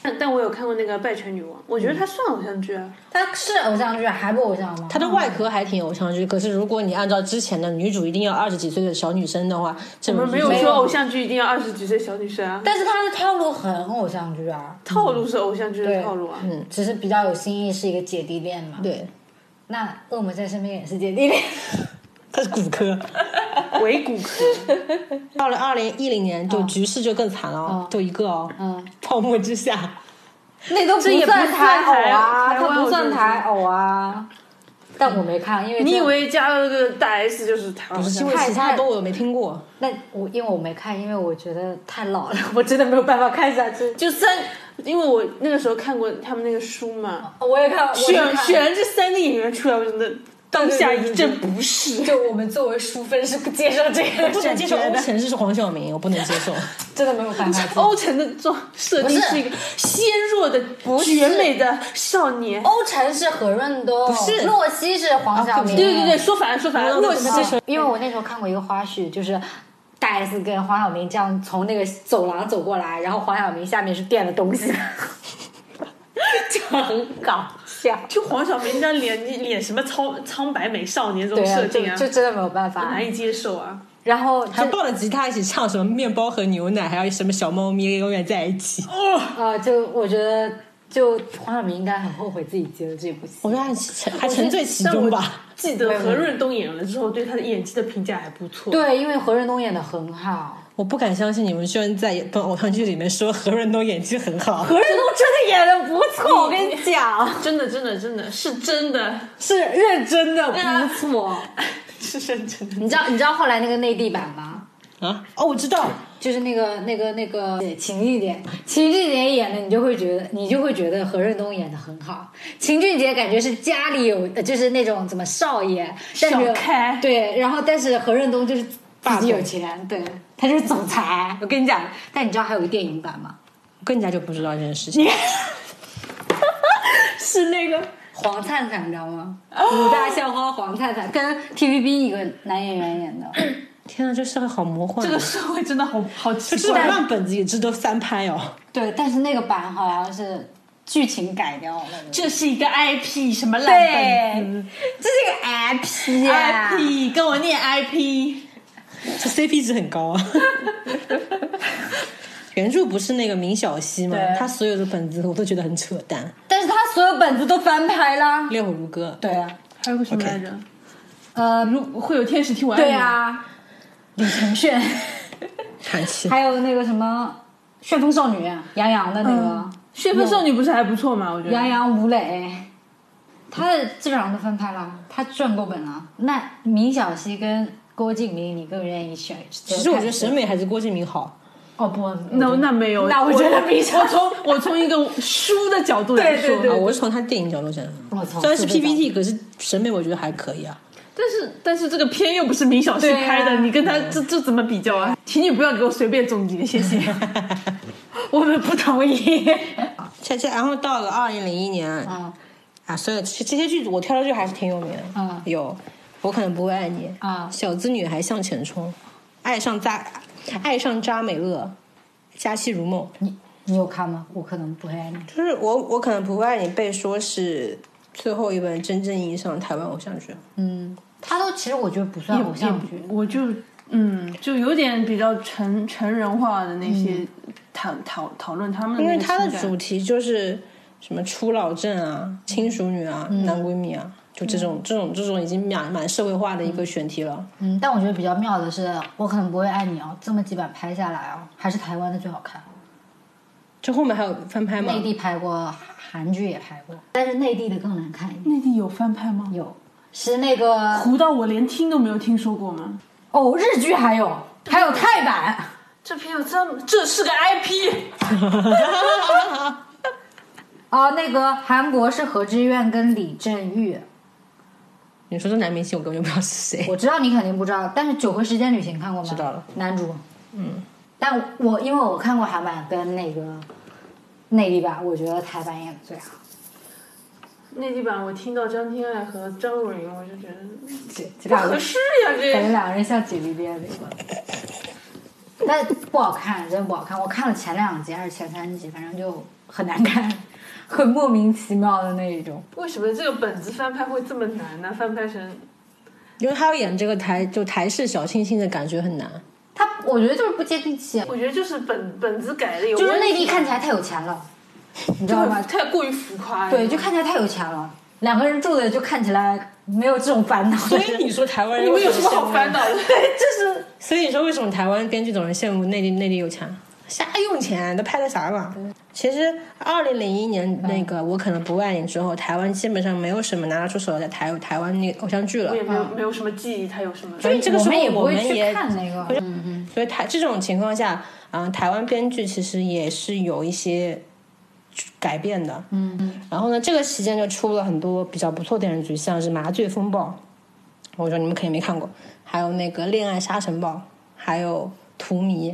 Speaker 3: 但但我有看过那个《拜权女王》，我觉得她算偶像剧啊。
Speaker 2: 它是偶像剧啊还不偶像吗？
Speaker 1: 它的外壳还挺偶像剧，可是如果你按照之前的女主一定要二十几岁的小女生的话，这
Speaker 3: 我
Speaker 1: 本
Speaker 3: 们
Speaker 1: 剧
Speaker 3: 没有
Speaker 1: 就
Speaker 3: 说偶像剧一定要二十几岁小女生啊，
Speaker 2: 但是它的套路很偶像剧啊，
Speaker 3: 套路是偶像剧
Speaker 2: 对
Speaker 3: 的套路啊。
Speaker 2: 嗯，只是比较有新意，是一个姐弟恋嘛。，
Speaker 1: 对，
Speaker 2: 那《恶魔在身边》也是姐 弟恋，
Speaker 1: 它是骨科。
Speaker 3: 伪骨科，
Speaker 1: 到了二零一零年，
Speaker 3: 嗯
Speaker 1: 就局势就更惨了哦，就一个哦，
Speaker 2: 嗯，
Speaker 1: 泡沫之夏。
Speaker 2: 那都不
Speaker 3: 这也不
Speaker 2: 算
Speaker 3: 算
Speaker 2: 偶啊，
Speaker 3: 台
Speaker 2: 这
Speaker 3: 湾
Speaker 2: 不算
Speaker 3: 偶像剧
Speaker 2: 台偶啊。但我没看，因为
Speaker 3: 你
Speaker 2: 这
Speaker 3: 以为加了个大 S 就是她？
Speaker 1: 不是因为其他的都我没听过，
Speaker 2: 那我因为我没看，因为我觉得太老了， 我真的没有办法看下去。
Speaker 3: 就三，因为我那个时候看过他们那个书嘛，
Speaker 2: 我也看，我也
Speaker 3: 选
Speaker 2: 看
Speaker 3: 选这三个演员出来，我真的当下一阵不适。
Speaker 2: 就我们作为淑芬是不接受这个，
Speaker 1: 不能接受欧辰是黄晓明，我不能接受。
Speaker 2: 真的没有办法。
Speaker 3: 欧辰的装设定是一个纤弱的、绝美的少年。
Speaker 2: 欧辰是何润东，
Speaker 1: 是
Speaker 2: 洛熙是啊黄晓明，嗯
Speaker 3: 对对对，说反了，说反了，
Speaker 1: 我
Speaker 3: 洛
Speaker 1: 我
Speaker 3: 熙
Speaker 1: 我
Speaker 2: 对，因为我那时候看过一个花絮，就是。大 S 跟黄晓明这样从那个走廊走过来，然后黄晓明下面是垫了东西的，就很搞笑。
Speaker 3: 就黄晓明那脸，你脸什么苍苍白美少年这
Speaker 2: 对
Speaker 3: 种
Speaker 2: 啊，
Speaker 3: 设
Speaker 2: 就
Speaker 3: 定啊，
Speaker 2: 就真的没有办法
Speaker 3: 难。以接受啊！
Speaker 2: 然后
Speaker 1: 还
Speaker 2: 就
Speaker 1: 抱着吉 他一起唱什么面包和牛奶，还有什么小猫咪永远在一起。
Speaker 2: 啊，就我觉得，就黄晓明应该很后悔自己接了这部戏。
Speaker 1: 我觉得还沉还沉醉其
Speaker 3: 但
Speaker 1: 中
Speaker 3: 我
Speaker 1: 吧。
Speaker 3: 记得何润东演了之后，对他的演技的评价还不错。
Speaker 2: 对，因为何润东演的很好，
Speaker 1: 我不敢相信你们居然在本偶像剧里面说何润东演技很好，
Speaker 2: 何润东真的演的不错，我跟你讲，
Speaker 3: 真的，真的，真的是真的，
Speaker 2: 是认真的不错。
Speaker 3: 是认真的。
Speaker 2: 你知道你知道后来那个内地版吗？
Speaker 1: 啊？哦，我知道，
Speaker 2: 就是那个那个那个呃秦俊杰，秦俊杰演的，你就会觉得你就会觉得何润东演的很好。秦俊杰感觉是家里有，呃就是那种怎么少爷，但是
Speaker 3: 小开
Speaker 2: 对，然后但是何润东就是自己有钱，对他就是总裁。我跟你讲，但你知道还有个电影版吗？
Speaker 1: 更加就不知道这件事情。
Speaker 3: 是那个
Speaker 2: 黄灿灿，你知道吗？五大校花黄灿灿跟 TVB 一个男演员演 的，
Speaker 1: 天啊，这社会好魔幻啊，
Speaker 3: 这个社会真的好好奇
Speaker 1: 这
Speaker 3: 怪。
Speaker 1: 种烂本子也值得翻拍哦。
Speaker 2: 对，但是那个版好像是剧情改掉了。
Speaker 3: 这是一个 IP 什么烂
Speaker 2: 对，这是个 IP 啊
Speaker 3: 本子，IP，跟我念 IP。
Speaker 1: 这 CP 值很高 啊。原著不是那个明晓溪吗？
Speaker 2: 对
Speaker 1: 他所有的本子我都觉得很扯淡，
Speaker 2: 但是他所有本子都翻拍啦。
Speaker 1: 《烈火如歌
Speaker 2: 对啊，
Speaker 4: 还有个什么来着？
Speaker 2: 呃，
Speaker 4: 如会有天使替我爱你。
Speaker 2: 对啊，李承 铉，》
Speaker 1: 韩琦，
Speaker 2: 还有那个什么《旋风少女》啊杨洋的那个
Speaker 4: 嗯，旋风少女不是还不错吗？我觉得
Speaker 2: 杨洋、吴磊，他的基本上都翻拍了，他赚够本了。那明晓溪跟郭敬明，你更愿意选？
Speaker 1: 其实我觉得审美还是郭敬明好。
Speaker 2: 哦不，
Speaker 4: 那那没有，
Speaker 2: 那我觉得比较
Speaker 4: 我从我从一个书的角度来说，
Speaker 2: 对对对
Speaker 1: 啊，我是从他电影角度讲的。
Speaker 2: 我操
Speaker 1: 虽然是
Speaker 2: 说得
Speaker 1: PPT，可是审美我觉得还可以啊。
Speaker 4: 但是但是这个片又不是明晓溪
Speaker 2: 对啊
Speaker 4: 拍的，你跟他
Speaker 1: 嗯
Speaker 4: 这这怎么比较啊？请你不要给我随便总结，谢谢。
Speaker 2: 我们不同意。
Speaker 1: 这这，然后到了二零零一年
Speaker 2: 嗯
Speaker 1: 啊，所以这这些剧我挑的剧还是挺有名的。
Speaker 2: 嗯
Speaker 1: 有我可能不会爱你
Speaker 2: 嗯
Speaker 1: 小资女孩向前冲，爱上扎，爱上扎美乐，佳期如梦。
Speaker 2: 你你有看吗？我可能不会爱你。
Speaker 1: 就是我我可能不会爱你被说是最后一本真正意义上的台湾偶像剧。
Speaker 2: 嗯，他都其实我觉得不算 偶像剧，
Speaker 4: 我就嗯，就有点比较成成人化的那些
Speaker 2: 嗯
Speaker 4: 讨讨讨论他们的
Speaker 1: 因
Speaker 4: 那
Speaker 1: 为
Speaker 4: 个情
Speaker 1: 它
Speaker 4: 感，
Speaker 1: 的主题就是什么初老症啊、亲属女啊、
Speaker 2: 嗯
Speaker 1: 男闺蜜啊，就这种、这种这种已经蛮蛮社会化的一个选题了。
Speaker 2: 嗯，但我觉得比较妙的是，我可能不会爱你哦，这么几版拍下来哦，还是台湾的最好看。
Speaker 1: 这后面还有翻拍吗？
Speaker 2: 内地拍过，韩剧也拍过，但是内地的更难看一点。
Speaker 4: 内地有翻拍吗？
Speaker 2: 有是那个
Speaker 4: 糊到我连听都没有听说过吗？
Speaker 2: 哦，日剧还有，还有泰版。
Speaker 4: 这片有这么这是 个 IP，
Speaker 2: 哦，那个韩国是何志远跟李振玉，
Speaker 1: 你说这男明星，我根本就不知道是谁。
Speaker 2: 我知道你肯定不知道，但是《九回时间旅行》看过吗？
Speaker 1: 知道了，
Speaker 2: 男主。嗯，但我因为我看过韩版跟那个内地版，我觉得台版演的最好。
Speaker 4: 内地版我听到张天爱和张若昀，我就觉得
Speaker 2: 这这两个
Speaker 4: 合
Speaker 2: 人，
Speaker 4: 适呀、
Speaker 2: 感
Speaker 4: 这
Speaker 2: 觉两个人像姐弟恋那个。但不好看，真的不好看。我看了前两集还是前三集，反正就很难看， 很莫名其妙的那一种。
Speaker 4: 为什么这个本子翻拍会这么难呢、翻拍成
Speaker 1: 因为他要演这个台就台式小清新的感觉很难。
Speaker 2: 他我觉得就是不接地气，
Speaker 4: 我觉得就是本本子改的有
Speaker 2: 就是
Speaker 4: 问题
Speaker 2: 内地看起来太有钱了，你知
Speaker 4: 就
Speaker 2: 道
Speaker 4: 很
Speaker 2: 吗？
Speaker 4: 太过于浮夸了。
Speaker 2: 对，就看起来太有钱了，两个人住的就看起来没有这种烦恼。
Speaker 1: 所以你说台湾人
Speaker 4: 你们有什么
Speaker 1: 羡
Speaker 4: 好
Speaker 1: 慕
Speaker 4: 烦恼的？
Speaker 2: 就是
Speaker 1: 所以你说为什么台湾编剧总是羡慕内地内地有钱？瞎用钱，都拍的啥嘛？其实二零零一年那个《我可能不爱你》之后，台湾基本上没有什么拿得出手的台台湾那个偶像剧了
Speaker 4: 我。也没有没有什么记忆，它有什么？
Speaker 1: 所以这个时候
Speaker 2: 我们也不
Speaker 1: 我
Speaker 2: 会
Speaker 1: 们
Speaker 2: 去
Speaker 1: 也，
Speaker 2: 看那个，嗯嗯，
Speaker 1: 所以台这种情况下，嗯、台湾编剧其实也是有一些改变的。
Speaker 2: 嗯
Speaker 1: 然后呢，这个期间就出了很多比较不错的电视剧，像是《麻醉风暴》，我说你们肯定没看过，还有那个《恋爱沙尘暴》，还有《荼蘼》。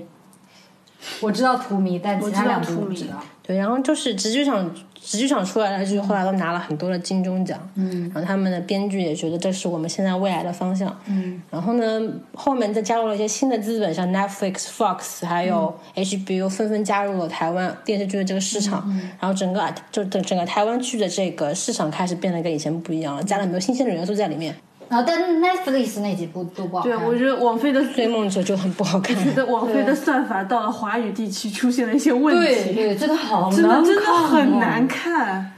Speaker 2: 我知道荼蘼，但其他两部
Speaker 4: 我知道
Speaker 2: 我不知
Speaker 4: 荼
Speaker 2: 道
Speaker 4: 蘼。
Speaker 1: 对，然后就是直剧场，直剧场出来了，就是后来都拿了很多的金钟奖，嗯，然后他们的编剧也觉得这是我们现在未来的方向，嗯，然后呢，后面再加入了一些新的资本，像 Netflix、Fox 还有 HBO 纷纷加入了台湾电视剧的这个市场，然后整个啊就整整个台湾剧的这个市场开始变得跟以前不一样了，加了很多新鲜的元素在里面，
Speaker 2: 然后但 Netflix 那几部都不好
Speaker 4: 对，
Speaker 2: 看。
Speaker 4: 我觉得王菲的
Speaker 1: 《追梦者》就很不好看，
Speaker 4: 觉得王菲的算法到了华语地区出现了一些问
Speaker 2: 对
Speaker 4: 题，
Speaker 2: 对，真的好难
Speaker 4: 真的真的
Speaker 2: 看哦
Speaker 4: 很难。看。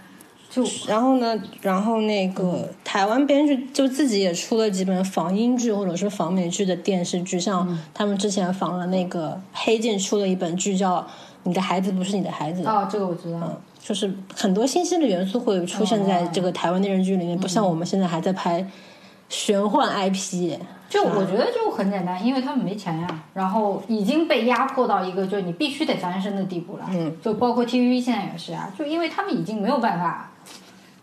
Speaker 2: 就
Speaker 1: 然后呢，然后那个台湾编剧就自己也出了几本仿英剧或者是仿美剧的电视剧，像他们之前仿了那个黑镜出了一本剧叫《你的孩子不是你的孩子》，
Speaker 2: 哦，这个我知道。
Speaker 1: 就是很多新鲜的元素会出现在这个台湾电视剧里面，不像我们现在还在拍玄幻 IP。
Speaker 2: 就我觉得就很简单，因为他们没钱呀、然后已经被压迫到一个就是你必须得翻身的地步了。嗯，就包括 TVB 现在也是啊，就因为他们已经没有办法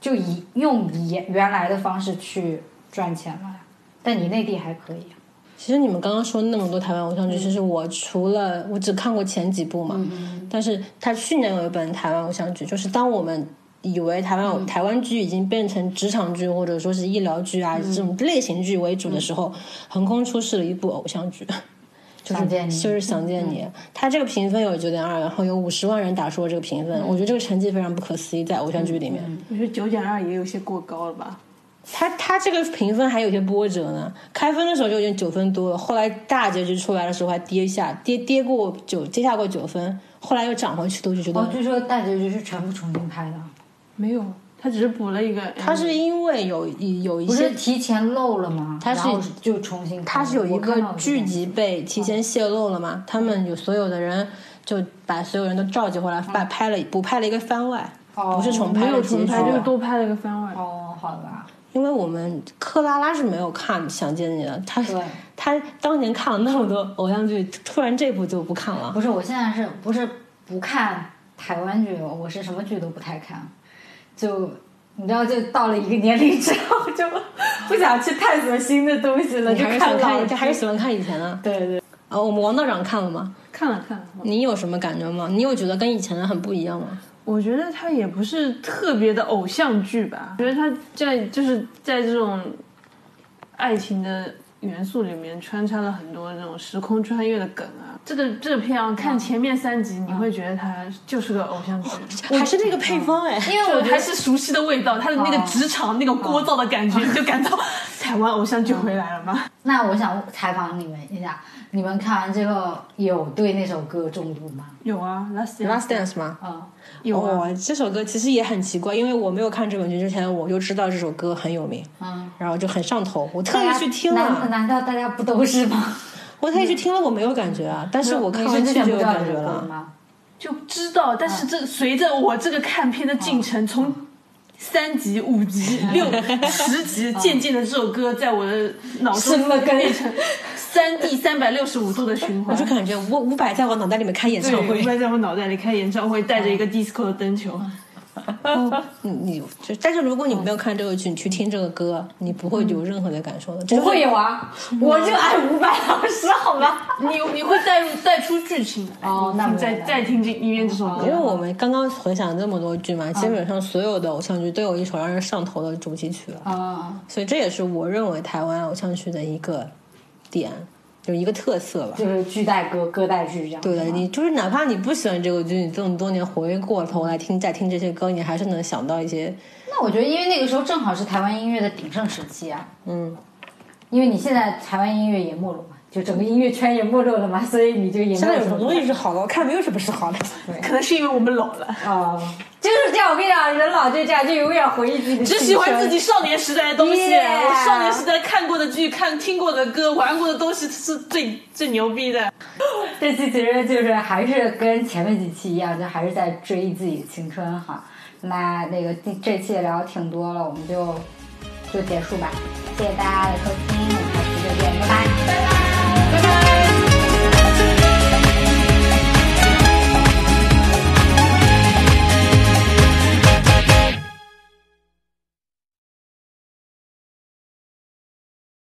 Speaker 2: 就以用以原来的方式去赚钱了呀。但你内地还可以啊，
Speaker 1: 其实你们刚刚说那么多台湾偶像剧，其实我除了我只看过前几部嘛，但是他去年有一本台湾偶像剧，就是当我们以为台湾、偶台湾剧已经变成职场剧或者说是医疗剧啊、这种类型剧为主的时候，横空出世了一部偶像剧。 就是
Speaker 2: 想见你
Speaker 1: 就是想见你，他这个评分有九点二，然后有五十万人打出了这个评分，我觉得这个成绩非常不可思议，在偶像剧里面。
Speaker 4: 我觉得九点二也有些过高了吧？
Speaker 1: 他他这个评分还有些波折呢。开分的时候就已经九分多了，后来大结局出来的时候还跌一下，跌跌过九，跌下过九分，后来又涨回去，都就觉得、
Speaker 2: 哦，据说大结局是全部重新拍的，
Speaker 4: 没有，他只是补了一个 M，
Speaker 1: 他是
Speaker 2: 嗯
Speaker 1: 因为有有一
Speaker 2: 不是
Speaker 1: 些，
Speaker 2: 提前漏了吗？
Speaker 1: 它是
Speaker 2: 然后就重新拍，
Speaker 1: 他是有一
Speaker 2: 我看到
Speaker 1: 个剧集被提前泄露了嘛，他们有所有的人就把所有人都召集回
Speaker 2: 嗯
Speaker 1: 来，把拍了补拍了一个番外，
Speaker 2: 哦
Speaker 1: 不是重
Speaker 4: 嗯没
Speaker 1: 拍
Speaker 4: 有
Speaker 1: 的结
Speaker 4: 重
Speaker 1: 局
Speaker 4: 拍，就是多拍了个番外。
Speaker 2: 哦，好吧，
Speaker 1: 因为我们克拉拉是没有看《想见你》的，她
Speaker 2: 对
Speaker 1: 她当年看了那么多偶像剧，突然这部就不看了。
Speaker 2: 不是，我现在是不是不看台湾剧？我是什么剧都不太看，就你知道，就到了一个年龄之后，就不想去探索新的东西了，
Speaker 1: 你
Speaker 2: 就
Speaker 1: 还是喜欢
Speaker 2: 老
Speaker 1: 看，
Speaker 2: 剧。
Speaker 1: 还是喜 欢看以前的。
Speaker 2: 对对，
Speaker 1: 哦，我们王道长看了吗？
Speaker 4: 看了看了，
Speaker 1: 你有什么感觉吗？你有觉得跟以前的很不一样吗？
Speaker 4: 我觉得他也不是特别的偶像剧吧，觉得他在就是在这种爱情的元素里面穿插了很多那种时空穿越的梗啊。这个这个片啊，看前面三集你会觉得它就是个偶
Speaker 1: 哦
Speaker 4: 像剧，
Speaker 1: 还是那个配方哎，
Speaker 2: 因为
Speaker 4: 就
Speaker 2: 我
Speaker 4: 还
Speaker 2: 还
Speaker 4: 是熟悉的味道，它的那个职场那个聒噪的感觉，
Speaker 1: 哦
Speaker 4: 你就感到 台湾偶像剧回来了吗？
Speaker 2: 那我想采访你们一下，你们看完之后有对那首歌中毒吗？
Speaker 4: 有啊，Last
Speaker 1: 《Last Dance》吗？
Speaker 2: 啊、
Speaker 4: 有啊，
Speaker 1: 哦，这首歌其实也很奇怪，因为我没有看这本剧之前，我就知道这首歌很有名，
Speaker 2: 嗯，
Speaker 1: 然后就很上头，我特
Speaker 2: 大
Speaker 1: 意
Speaker 2: 家
Speaker 1: 去听啊
Speaker 2: 难
Speaker 1: 了，
Speaker 2: 难道大家不都是吗？
Speaker 1: 我特意去听了，我没有感觉啊，但是我看
Speaker 2: 你
Speaker 1: 完
Speaker 2: 是之
Speaker 1: 剧
Speaker 2: 前
Speaker 1: 就
Speaker 2: 不
Speaker 1: 有
Speaker 2: 知道
Speaker 1: 感
Speaker 2: 这
Speaker 1: 觉
Speaker 2: 首歌
Speaker 1: 了。
Speaker 2: 吗？
Speaker 4: 就知道，但是这随着我这个看片的进程，从三集、五集、六、十集，渐渐的这首歌在我的脑中
Speaker 2: 生了根
Speaker 4: 变成三 D 三百六十五度的循环
Speaker 1: 我就。感觉伍伍佰在我脑袋里面开演唱
Speaker 4: 对，
Speaker 1: 会
Speaker 4: 我，在我脑袋里开演唱会，带着一个 disco 的灯球，
Speaker 1: 你你就但是如果你没有看这个剧，你去听这个歌，你不会有任何的感受的。
Speaker 2: 嗯不会 有啊，我热爱伍佰老师，好吧？
Speaker 4: 你你会带入带出剧情来。
Speaker 2: 哦那
Speaker 4: 你
Speaker 2: 没有
Speaker 4: 再
Speaker 2: 了
Speaker 4: 再听这音乐这首
Speaker 1: 因为
Speaker 4: 歌，
Speaker 1: 我们刚刚回想这么多剧嘛，基本上所有的偶像剧都有一首让人上头的主题曲了，
Speaker 2: 啊、嗯，
Speaker 1: 所以这也是我认为台湾偶像剧的一个点，就是一个特色吧。
Speaker 2: 就是剧带歌，歌带剧这样。
Speaker 1: 对的，
Speaker 2: 是吗
Speaker 1: 你就是哪怕你不喜欢这个剧，你这么多年回过头来听再听这些歌，你还是能想到一些。
Speaker 2: 那我觉得，因为那个时候正好是台湾音乐的鼎盛时期啊。
Speaker 1: 嗯，
Speaker 2: 因为你现在台湾音乐也没落嘛，就整个音乐圈也没落了嘛，所以你就也没有什么
Speaker 1: 西是好的？我看没有什么是好的。
Speaker 4: 可能是因为我们老了，
Speaker 2: 啊、就是这样。我跟你讲，人老就这样，就永远回忆自己的
Speaker 4: 只
Speaker 2: 青 春
Speaker 4: 喜欢自己。少年时代的东西。
Speaker 2: Yeah
Speaker 4: 我少年时代看过的剧、看听过的歌、玩过的东西是最最牛逼的。
Speaker 2: 这期其实就是还是跟前面几期一样，就还是在追忆自己的青春哈。哎那那个第这期也聊得挺多了，我们就就结束吧。谢谢大家的收听。